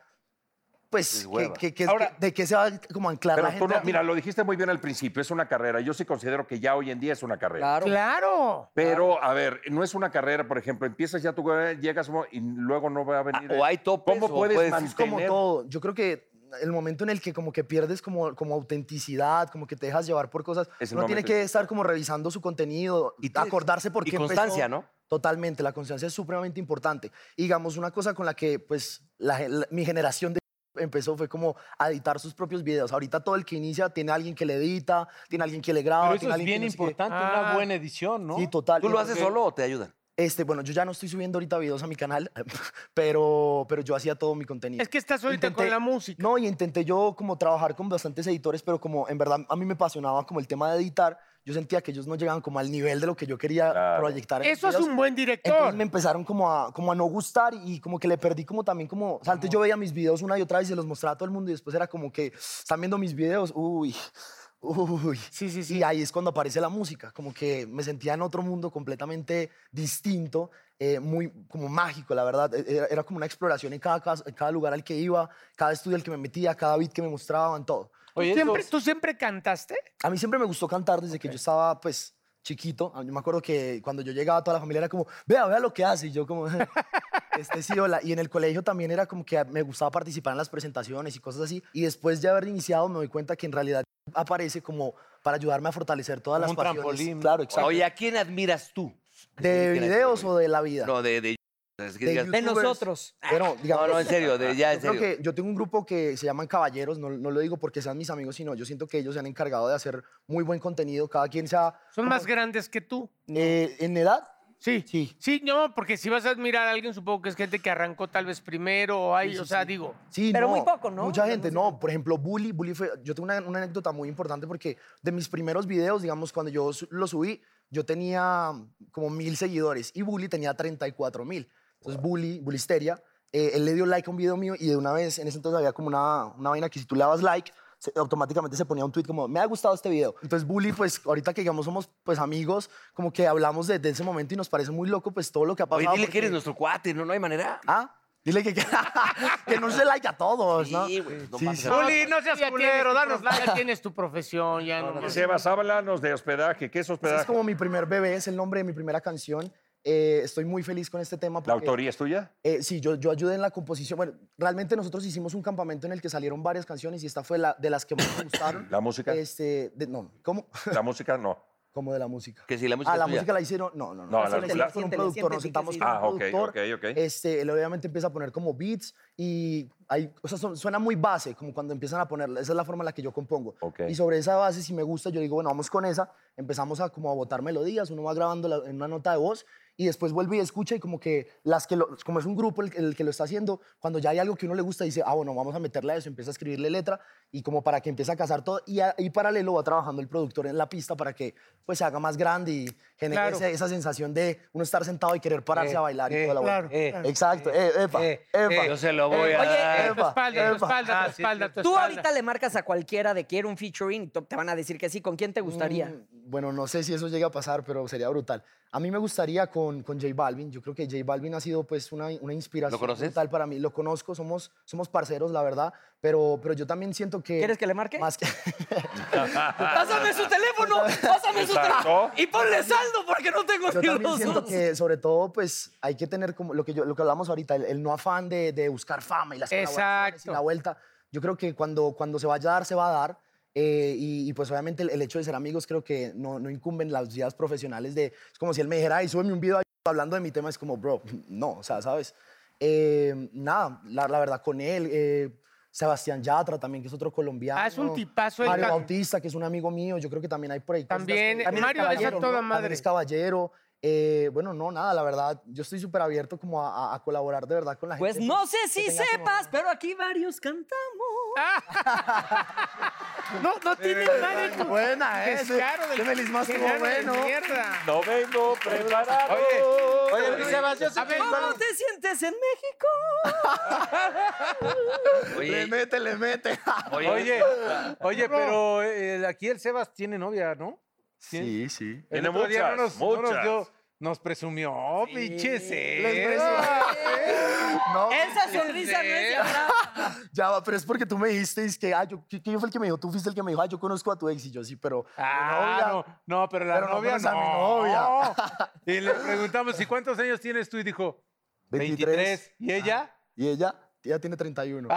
S8: pues,
S3: Es hueva.
S8: que, que- que-
S1: Ahora-
S8: ¿de qué se va a como anclar
S1: Pero
S8: la
S1: tú
S8: gente?
S1: no, mira, lo dijiste muy bien al principio, es una carrera. Yo sí considero que ya hoy en día es una carrera.
S2: Claro.
S5: Claro.
S1: Pero, a ver, no es una carrera, por ejemplo, empiezas ya tu carrera, llegas mo- y luego no va a venir.
S3: Ah,
S1: el-
S3: o hay topes,
S1: ¿Cómo
S3: o pues,
S1: puedes
S3: puedes-
S1: mantener?
S8: es como todo. Yo creo que el momento en el que como que pierdes como, como autenticidad, como que te dejas llevar por cosas,
S1: Es el
S8: uno tiene
S1: momento.
S8: que estar como revisando su contenido,
S3: Y tienes-
S8: acordarse por
S3: y
S8: qué empezó.
S3: constancia, ¿no?
S8: Totalmente, la constancia es supremamente importante. Y digamos, una cosa con la que pues la gen- la- mi generación de empezó fue como a editar sus propios videos. Ahorita todo el que inicia tiene alguien que le edita, tiene alguien que le graba.
S4: Pero eso es
S8: tiene alguien que
S4: bien
S8: no sé qué.
S4: importante,
S5: Ah.
S4: una buena edición, ¿no?
S8: Sí, total.
S3: ¿Tú lo
S8: Y-
S3: haces solo o te ayudan?
S8: Este, bueno, yo ya no estoy subiendo ahorita videos a mi canal, pero, pero yo hacía todo mi contenido.
S5: Es que estás ahorita con
S8: Intenté-
S5: la música.
S8: No, y intenté yo como trabajar con bastantes editores, pero como en verdad a mí me apasionaba como el tema de editar, yo sentía que ellos no llegaban como al nivel de lo que yo quería
S1: Claro.
S8: proyectar. en
S5: Eso
S8: mis
S5: es
S8: videos.
S5: un buen director.
S8: Entonces me empezaron como a, como a no gustar y como que le perdí como también como... O sea, antes yo veía mis videos una y otra vez y se los mostraba a todo el mundo y después era como que están viendo mis videos, uy, uy.
S5: Sí, sí, sí.
S8: Y ahí es cuando aparece la música, como que me sentía en otro mundo completamente distinto, eh, muy como mágico, la verdad. E- Era, era como una exploración en cada, cas- en cada lugar al que iba, cada estudio al que me metía, cada beat que me mostraban, todo.
S5: ¿Tú, siempre, tú siempre cantaste?
S8: A mí siempre me gustó cantar desde que yo estaba, pues, chiquito. Ah, Yo me acuerdo que cuando yo llegaba, toda la familia era como, vea, vea lo que hace. Y yo como, este sí, hola. Y en el colegio también era como que me gustaba participar en las presentaciones y cosas así. Y después de haber iniciado, me doy cuenta que en realidad aparece como para ayudarme a fortalecer todas
S4: Como
S8: las
S4: un
S8: pasiones.
S4: trampolín.
S8: Claro, exacto.
S3: Oye, ¿a quién admiras tú?
S8: ¿De
S3: ¿Quién admiras
S8: videos
S3: tú,
S8: o de la vida?
S3: güey? No, de... de, es que
S8: De
S3: digas-
S2: De
S8: youtubers.
S2: nosotros.
S8: Bueno, digamos,
S3: no, no, en serio, de, ya, en
S8: yo creo
S3: serio.
S8: que yo tengo un grupo que se llaman Caballeros, no, no lo digo porque sean mis amigos, sino yo siento que ellos se han encargado de hacer muy buen contenido, cada quien sea
S5: Son más grandes que tú.
S8: eh, en edad.
S5: Sí.
S8: Sí,
S5: Sí, no, porque si vas a admirar a alguien, supongo que es gente que arrancó tal vez primero o hay, o sea, digo.
S8: Sí,
S2: Pero
S8: no,
S2: muy poco, ¿no?
S8: Mucha
S2: La
S8: gente,
S2: música.
S8: no. Por ejemplo, Bully. Bully fue, yo tengo una, una anécdota muy importante porque de mis primeros videos, digamos, cuando yo su- lo subí, yo tenía como mil seguidores y Bully tenía 34 mil. Entonces, Bully, Bullisteria, eh, él le dio like a un video mío y de una vez, en ese entonces había como una, una vaina que si tú le dabas like, se- automáticamente se ponía un tweet como, me ha gustado este video. Entonces, Bully, pues ahorita que digamos somos pues amigos, como que hablamos desde ese momento y nos parece muy loco pues todo lo que ha
S3: Oye,
S8: pasado.
S3: dile que eres
S8: porque-
S3: nuestro cuate, ¿no? No hay manera.
S8: ¿Ah? Dile que, que, no se like a todos, ¿no?
S3: Sí, güey, no
S8: Sí,
S3: mames.
S8: sí.
S4: Juli, no seas
S5: Ya tienes
S4: culero,
S5: tu
S4: danos
S5: profe- Ya tienes tu profesión, ya no. más.
S1: Sebas, háblanos de hospedaje. ¿Qué es
S8: Ese
S1: hospedaje?
S8: es como mi primer bebé, es el nombre de mi primera canción. Eh, estoy muy feliz con este tema.
S1: ¿La
S8: Porque,
S1: autoría es tuya?
S8: eh, sí, yo, yo ayudé en la composición. Bueno, realmente nosotros hicimos un campamento en el que salieron varias canciones y esta fue la, de las que más me gustaron.
S1: ¿La música?
S8: Este, de- no, ¿cómo?
S1: La música no.
S8: ¿Cómo de la música?
S3: Que si la música
S8: ah,
S3: es
S8: la
S3: tuya.
S8: música la hicieron. No, no, no.
S1: No, la-
S8: Esa la hicimos
S1: la-
S8: con un
S2: Siéntele,
S8: productor.
S2: siéntele,
S8: Nos sentamos con
S2: siéntele.
S8: un
S1: Ah, ok,
S8: productor.
S1: ok, ok.
S8: Este, él obviamente empieza a poner como beats y hay, o sea, son- suena muy base, como cuando empiezan a ponerla. Esa es la forma en la que yo compongo.
S1: Ok.
S8: Y sobre esa base, si me gusta, yo digo, bueno, vamos con esa. Empezamos a como a botar melodías, uno va grabando la- en una nota de voz y después vuelve y escucha y como que las que lo- como es un grupo el, el que lo está haciendo, cuando ya hay algo que uno le gusta, dice, ah, bueno, vamos a meterle a eso, empieza a escribirle letra y como para que empiece a casar todo y ahí paralelo va trabajando el productor en la pista para que pues se haga más grande y genere
S5: Claro.
S8: ese- esa sensación de uno estar sentado y querer pararse
S4: Eh,
S8: a bailar y
S4: eh,
S8: toda la
S4: claro,
S8: vuelta.
S4: claro.
S8: Exacto, eh, epa,
S4: eh,
S8: epa.
S4: eh,
S3: Yo se lo voy
S2: Oye,
S3: a dar.
S5: Tu
S8: Epa,
S5: espalda, tu
S8: epa.
S5: espalda,
S4: Ah,
S5: tu
S4: sí,
S5: espalda, tu
S2: Tú
S5: espalda.
S2: ahorita le marcas a cualquiera de quiero un featuring y to- te van a decir que sí. ¿Con quién te gustaría?
S8: Mm, Bueno, no sé si eso llega a pasar, pero sería brutal. A mí me gustaría con, con J Balvin. Yo creo que J Balvin ha sido pues una, una inspiración
S3: conoces?
S8: brutal para mí. Lo conozco, somos, somos parceros, la verdad, pero, pero yo también siento que...
S2: ¿Quieres que le marque?
S8: Más que...
S7: Pásame su teléfono, pásame su teléfono.
S1: Exacto.
S7: Y ponle saldo porque no tengo
S8: Yo
S7: ni
S8: también
S7: los
S8: siento
S7: dos.
S8: que, sobre todo, pues hay que tener como lo que, yo, lo que hablamos ahorita, el, el no afán de, de buscar fama y las colaboraciones y
S5: Exacto.
S8: la vuelta. Yo creo que cuando, cuando se vaya a dar, se va a dar. eh, y, y, pues obviamente el, el hecho de ser amigos creo que no, no incumben las vidas profesionales de... Es como si él me dijera, ay, súbeme un video ahí hablando de mi tema. Es como, bro, no, o sea, ¿sabes? Eh, nada, la, la verdad, con él... eh, Sebastián Yatra también, que es otro colombiano.
S5: Ah, es un tipazo, el
S8: Mario
S5: ca-
S8: Bautista, que es un amigo mío. Yo creo que también hay por ahí. cositas que-
S5: También, Mario es a
S8: caballero,
S5: toda
S8: También
S5: madre.
S8: es caballero. Eh, bueno, no, nada, la verdad, yo estoy súper abierto como a, a- a colaborar de verdad con la
S7: Pues
S8: gente.
S7: no sé si
S8: tenga como-
S7: sepas, pero aquí varios cantamos.
S5: No, no tiene madre tu
S8: Buena, ¿eh?
S5: descaro del
S8: Qué feliz más
S5: qué
S8: como
S5: gano de
S8: bueno.
S5: mierda.
S1: No vengo preparado.
S4: Oye, mi Sebas, yo sé
S5: A
S4: que
S5: ver,
S7: ¿Cómo te sientes en México?
S3: Oye,
S8: mete, le mete.
S3: oye,
S4: Oye, oye, pero eh, aquí el Sebas tiene novia, ¿no?
S8: Sí, sí.
S1: Tiene
S4: otro día no
S1: muchas,
S4: nos, no nos
S1: muchas.
S4: nos presumió, pinche
S8: Les
S4: Sebas.
S8: beso. No,
S7: Esa sonrisa no es de atrás.
S8: ya va, pero es porque tú me dijiste, es que, ah, yo, ¿quién fue el que me dijo? Tú fuiste el que me dijo, ah, yo conozco a tu ex y yo sí, pero. mi
S4: Ah,
S8: novia-
S4: no, no, pero la
S8: Pero no
S4: novia
S8: conoce a mi
S4: no.
S8: novia.
S4: Y le preguntamos, ¿y cuántos años tienes tú? Y dijo, 23.
S8: 23.
S4: ¿Y ella?
S8: Y ella, ella tiene 31.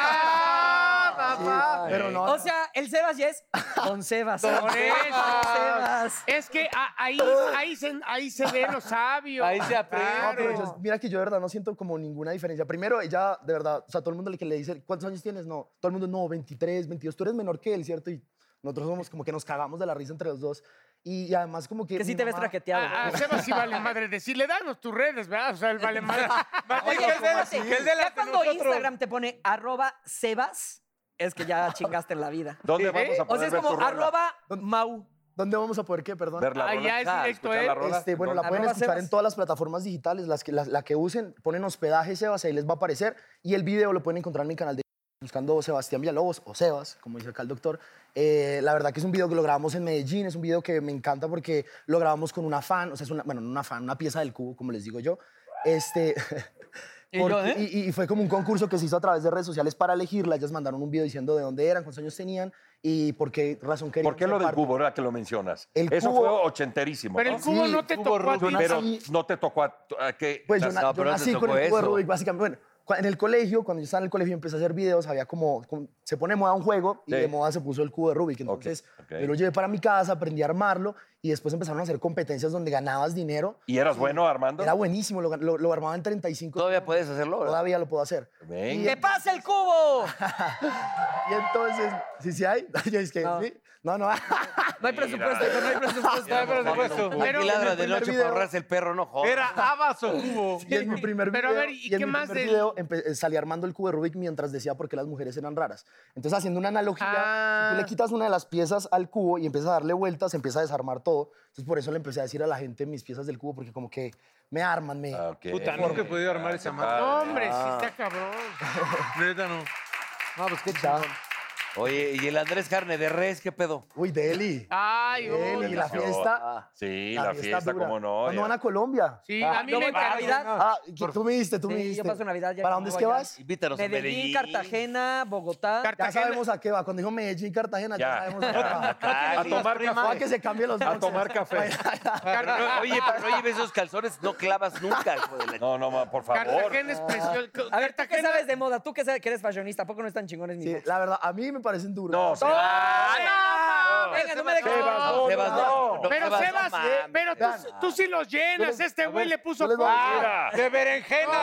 S4: ¡Ah,
S8: Sí,
S4: papá!
S8: pero no.
S7: O sea, el Sebas ya es Don Sebas. Don Sebas.
S5: Es que a- ahí, ahí, se, ahí se ve lo sabio.
S4: Ahí se aprende.
S8: No, pero
S5: Claro.
S8: yo- mira que yo de verdad no siento como ninguna diferencia. Primero, ella, de verdad, o sea, todo el mundo le que le dice, ¿cuántos años tienes? No, todo el mundo, no, 23, 22, tú eres menor que él, ¿cierto? Y nosotros somos como que nos cagamos de la risa entre los dos. Y, y además como que...
S2: Que sí
S8: mi
S2: te ves
S8: mamá-
S2: trajeteado.
S5: A, a Seba sí vale madre decirle, danos tus redes, ¿verdad? O sea, él vale madre.
S2: Oye,
S4: que el de las-
S2: espérate,
S4: que el de las
S2: ya
S4: de
S2: cuando
S4: nosotros.
S2: Instagram te pone arroba sebas, es que ya chingaste en la vida.
S1: ¿Dónde vamos a
S2: O sea,
S1: poder
S2: es
S1: ver tu
S2: como
S1: rola?
S2: arroba mau.
S8: ¿Dónde vamos a poder qué, perdón?
S1: Ver la
S5: Ah,
S1: rola.
S5: ya es directo,
S1: escuchar
S5: ¿eh?
S1: la rola.
S8: Este, bueno, la
S1: ¿Dónde?
S8: pueden
S2: Arroba
S8: escuchar
S2: Sebas.
S8: en todas las plataformas digitales, las que, la, la que usen, ponen hospedaje Sebas, ahí les va a aparecer. Y el video lo pueden encontrar en mi canal de buscando Sebastián Villalobos o Sebas, como dice acá el doctor. Eh, la verdad que es un video que lo grabamos en Medellín, es un video que me encanta porque lo grabamos con una fan, o sea, es una, bueno, no una fan, una pieza del cubo, como les digo yo. Este,
S2: Y yo,
S8: porque-
S2: ¿eh?
S8: y- y fue como un concurso que se hizo a través de redes sociales para elegirla. Ellas mandaron un video diciendo de dónde eran, cuántos años tenían y por qué razón querían
S1: ¿Por qué
S8: ser
S1: lo del
S8: parte.
S1: cubo, ahora que lo mencionas?
S8: El
S1: Eso
S8: cubo-
S1: fue ochenterísimo.
S5: Pero
S1: ¿no?
S5: el cubo no te tocó a ti.
S1: Pero
S8: Sí.
S1: no te tocó a, a que...
S8: Pues yo,
S3: Las-
S8: na-
S3: no,
S8: yo
S3: pero no te
S8: nací con
S3: tocó
S8: el cubo de
S3: eso.
S8: Rubik, básicamente. Bueno, cua- en el colegio, cuando yo estaba en el colegio, empecé a hacer videos, había como, como- se pone de moda un juego y
S1: Sí.
S8: de moda se puso el cubo de Rubik. Entonces,
S1: ok.
S8: yo lo llevé para mi casa, aprendí a armarlo y después empezaron a hacer competencias donde ganabas dinero.
S1: ¿Y eras bueno armando?
S8: Era buenísimo, lo, gan- lo- lo armaba en 35.
S3: ¿Todavía puedes hacerlo?
S8: Todavía lo puedo hacer.
S1: Venga.
S2: ¡Te pasa el cubo!
S8: Y entonces, ¿sí, sí hay? Yo es que,
S2: No.
S8: ¿sí? No, no.
S2: No hay presupuesto, no hay presupuesto.
S4: Ay, pero supuesto.
S3: Pero
S8: en
S3: ladra
S8: el
S3: de
S8: primer
S3: noche
S8: video-
S3: para ahorrarse el perro, no jodas.
S4: Era habas o cubo.
S8: Y en mi primer video,
S5: Pero a ver, ¿y
S8: en
S5: qué
S8: mi
S5: más
S8: primer
S5: del-
S8: video empe- eh, salí armando el cubo de Rubik mientras decía por qué las mujeres eran raras. Entonces, haciendo una analogía, si tú
S5: Ah.
S8: le quitas una de las piezas al cubo y empiezas a darle vueltas, empieza a desarmar todo. Entonces, por eso le empecé a decir a la gente mis piezas del cubo, porque como que me arman, me...
S1: Ah, ok.
S4: Puta, no que podía armar esa madre.
S5: No, hombre, sí está cabrón.
S4: Neta, no.
S8: No, pues qué chingón.
S3: Oye, ¿y el Andrés Carne de Res qué pedo?
S8: Uy, Deli.
S5: Ay, uy.
S8: Deli, la fiesta.
S1: Sí, la, fiesta,
S8: dura.
S1: cómo no.
S8: ¿Cuándo
S1: ya.
S8: van a Colombia?
S5: Sí, a mí
S2: yo
S5: me
S2: voy para
S5: encanta.
S2: Navidad.
S8: Ah, que tú me diste, tú me
S2: Sí,
S8: diste.
S2: yo paso Navidad ya
S8: ¿Para
S2: con
S8: dónde es
S2: Nueva
S8: que
S2: York.
S8: vas?
S3: Invítanos a
S2: Medellín,
S3: Medellín.
S2: Cartagena, Bogotá.
S8: Ya
S5: Cartagena.
S8: sabemos a qué va. Cuando dijo Medellín, Cartagena, ya,
S1: Ya.
S8: sabemos a qué va.
S1: a tomar
S8: O a que
S1: café.
S8: se cambien los
S1: A
S8: boxers.
S1: tomar café.
S3: Pero no- oye, pero no lleves esos calzones, no clavas nunca, hijo de la ch-
S1: No, no, ma, por favor.
S5: Cartagena es precioso.
S2: A ver, ¿tú qué
S5: Cartagena-
S2: sabes de moda? ¿Tú qué sabes que eres fashionista? ¿A poco no están chingones mis
S8: Sí,
S2: boxers?
S8: la verdad, a mí me parecen duros.
S1: No, se
S5: ¡Ay, no, mames!
S2: Venga, no me dejes.
S1: Sebas, no,
S3: Sebas, no, no,
S5: Pero
S3: Sebas, no
S5: Sebas, eh,
S3: mames.
S5: pero tú, tú sí los llenas. Este güey le puso
S8: yo les voy a
S5: fuego.
S1: Mira,
S4: De berenjena.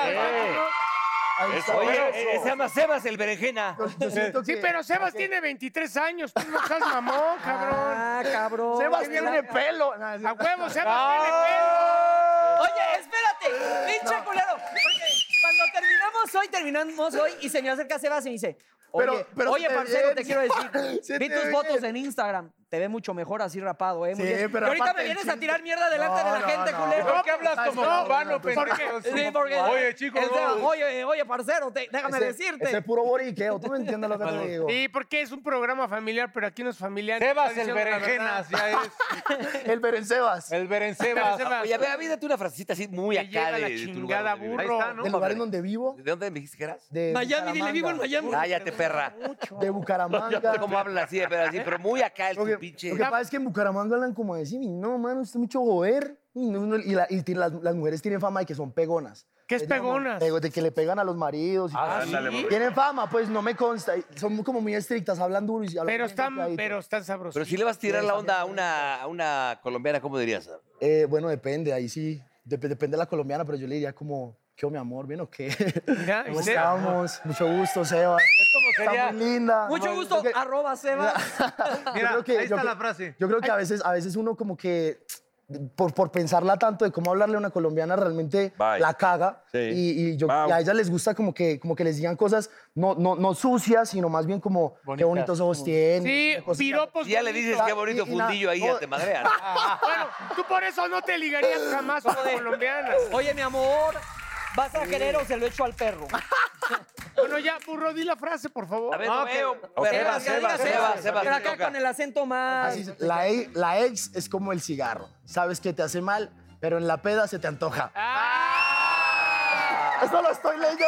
S8: Ahí está.
S3: Oye, eh, se llama Sebas el berenjena.
S8: Yo siento
S5: Sí,
S8: que-
S5: pero Sebas tiene 23 años. Tú no seas mamón, cabrón.
S2: Ah, cabrón.
S8: Sebas tiene pelo. Nah, es-
S5: A huevo, Sebas tiene pelo.
S2: Oye, espérate, pinche culero. Porque cuando terminamos hoy, terminamos hoy y se me acerca Sebas y me dice, oye,
S8: Pero- pero
S2: oye
S8: se te
S2: parcero,
S8: ve
S2: te
S8: bien.
S2: quiero decir,
S8: Se
S2: vi
S8: te
S2: tus
S8: ve
S2: fotos
S8: bien.
S2: en Instagram, te ve mucho mejor así rapado, ¿eh? Muy
S8: Sí,
S2: bien.
S8: pero
S2: y ahorita
S8: aparte
S2: me
S8: el
S2: vienes a
S8: chiste-
S2: tirar mierda delante de
S8: No,
S2: la
S8: no,
S2: gente,
S8: no.
S2: culero.
S4: ¿Por qué hablas como cubano, pendejo?
S2: Sí, porque-
S4: Oye, chicos,
S2: el Sebas,
S4: no.
S2: oye, oye, parcero, te- déjame
S8: ese-
S2: decirte.
S8: Ese puro boriqueo. Tú me entiendes lo que te digo.
S5: Sí, porque es un programa familiar, pero aquí no es familiar.
S4: Sebas
S5: Está
S4: el
S5: diciendo la
S4: berenjenas, ya es.
S8: El Beren Sebas.
S4: El berencebas.
S5: verdad.
S3: Oye, a ver, avídate una frasecita así muy
S5: Te
S3: acá
S5: lleva
S3: de,
S5: la
S3: de tu
S5: chingada,
S3: lugar donde vives.
S5: burro.
S3: Ahí está, ¿no?
S8: Del lugar en donde vivo.
S3: ¿De dónde me dijiste que eras?
S8: De
S2: Miami, dile,
S8: Bucaramanga.
S2: vivo en Miami.
S3: Cállate, perra.
S8: De Bucaramanga.
S3: ¿Cómo hablan así, de verdad, así? Pero muy acá el
S8: Lo
S3: tu
S8: que,
S3: pinche.
S8: lo que pasa es que en Bucaramanga hablan como de decir, no, mano, usted es mucho joder. Y, no- no- y la- y tiene- las, las mujeres tienen fama de que son pegonas.
S5: ¿Qué es
S8: Les llaman
S5: pegonas?
S8: pego- de que le pegan a los maridos. Y
S1: Ah,
S8: tal.
S1: ándale, porque-
S8: Tienen fama, pues no me consta. y Son como muy estrictas, hablan duro y hablan
S5: Pero
S8: bien
S5: están,
S8: calladito.
S5: pero están sabrosos.
S3: Pero si le vas a tirar la onda a una, a una colombiana, ¿cómo dirías?
S8: Eh, bueno, depende, ahí sí. Dep- depende de la colombiana, pero yo le diría como, ¿qué oh, mi amor? ¿Bien o qué?
S5: Mira,
S8: ¿Cómo
S5: se-
S8: estamos? Mucho gusto, Seba. Es como
S4: sería-
S8: Está muy linda.
S2: Mucho
S8: Yo
S2: gusto,
S8: creo que-
S2: arroba Sebas.
S4: Mira,
S8: creo que-
S4: ahí
S8: yo
S4: está
S8: creo-
S4: la frase.
S8: Yo creo que a veces, a veces uno como que, por, por pensarla tanto de cómo hablarle a una colombiana, realmente
S1: Bye.
S8: la caga.
S1: Sí.
S8: Y, y yo-
S1: Mau.
S8: y a ellas les gusta como que, como que les digan cosas no, no, no sucias, sino más bien como, qué bonitos ojos tienen.
S5: Sí,
S8: cosas-
S5: piropos.
S3: Si ya le dices qué bonito
S8: Y- y la-
S3: fundillo, ahí
S8: no.
S3: ya te madrean.
S5: Bueno, tú por eso no te ligarías jamás con colombianas.
S2: Oye, mi amor, ¿vas a querer o se lo echo al perro?
S5: Bueno, ya, burro, di la frase, por favor.
S3: A ver, no veo.
S2: Sebas, diga
S3: Sebas, Sebas, Sebas,
S2: Pero
S3: te
S2: acá
S3: toca.
S2: con el acento más...
S8: Así es, la, e- la ex es como el cigarro. Sabes que te hace mal, pero en la peda se te antoja. ¡Eso lo estoy leyendo!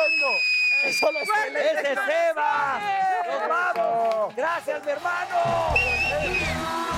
S8: ¡Eso lo estoy leyendo!
S2: ¡Ese es Sebas! ¡Nos vamos! ¡Gracias, mi hermano!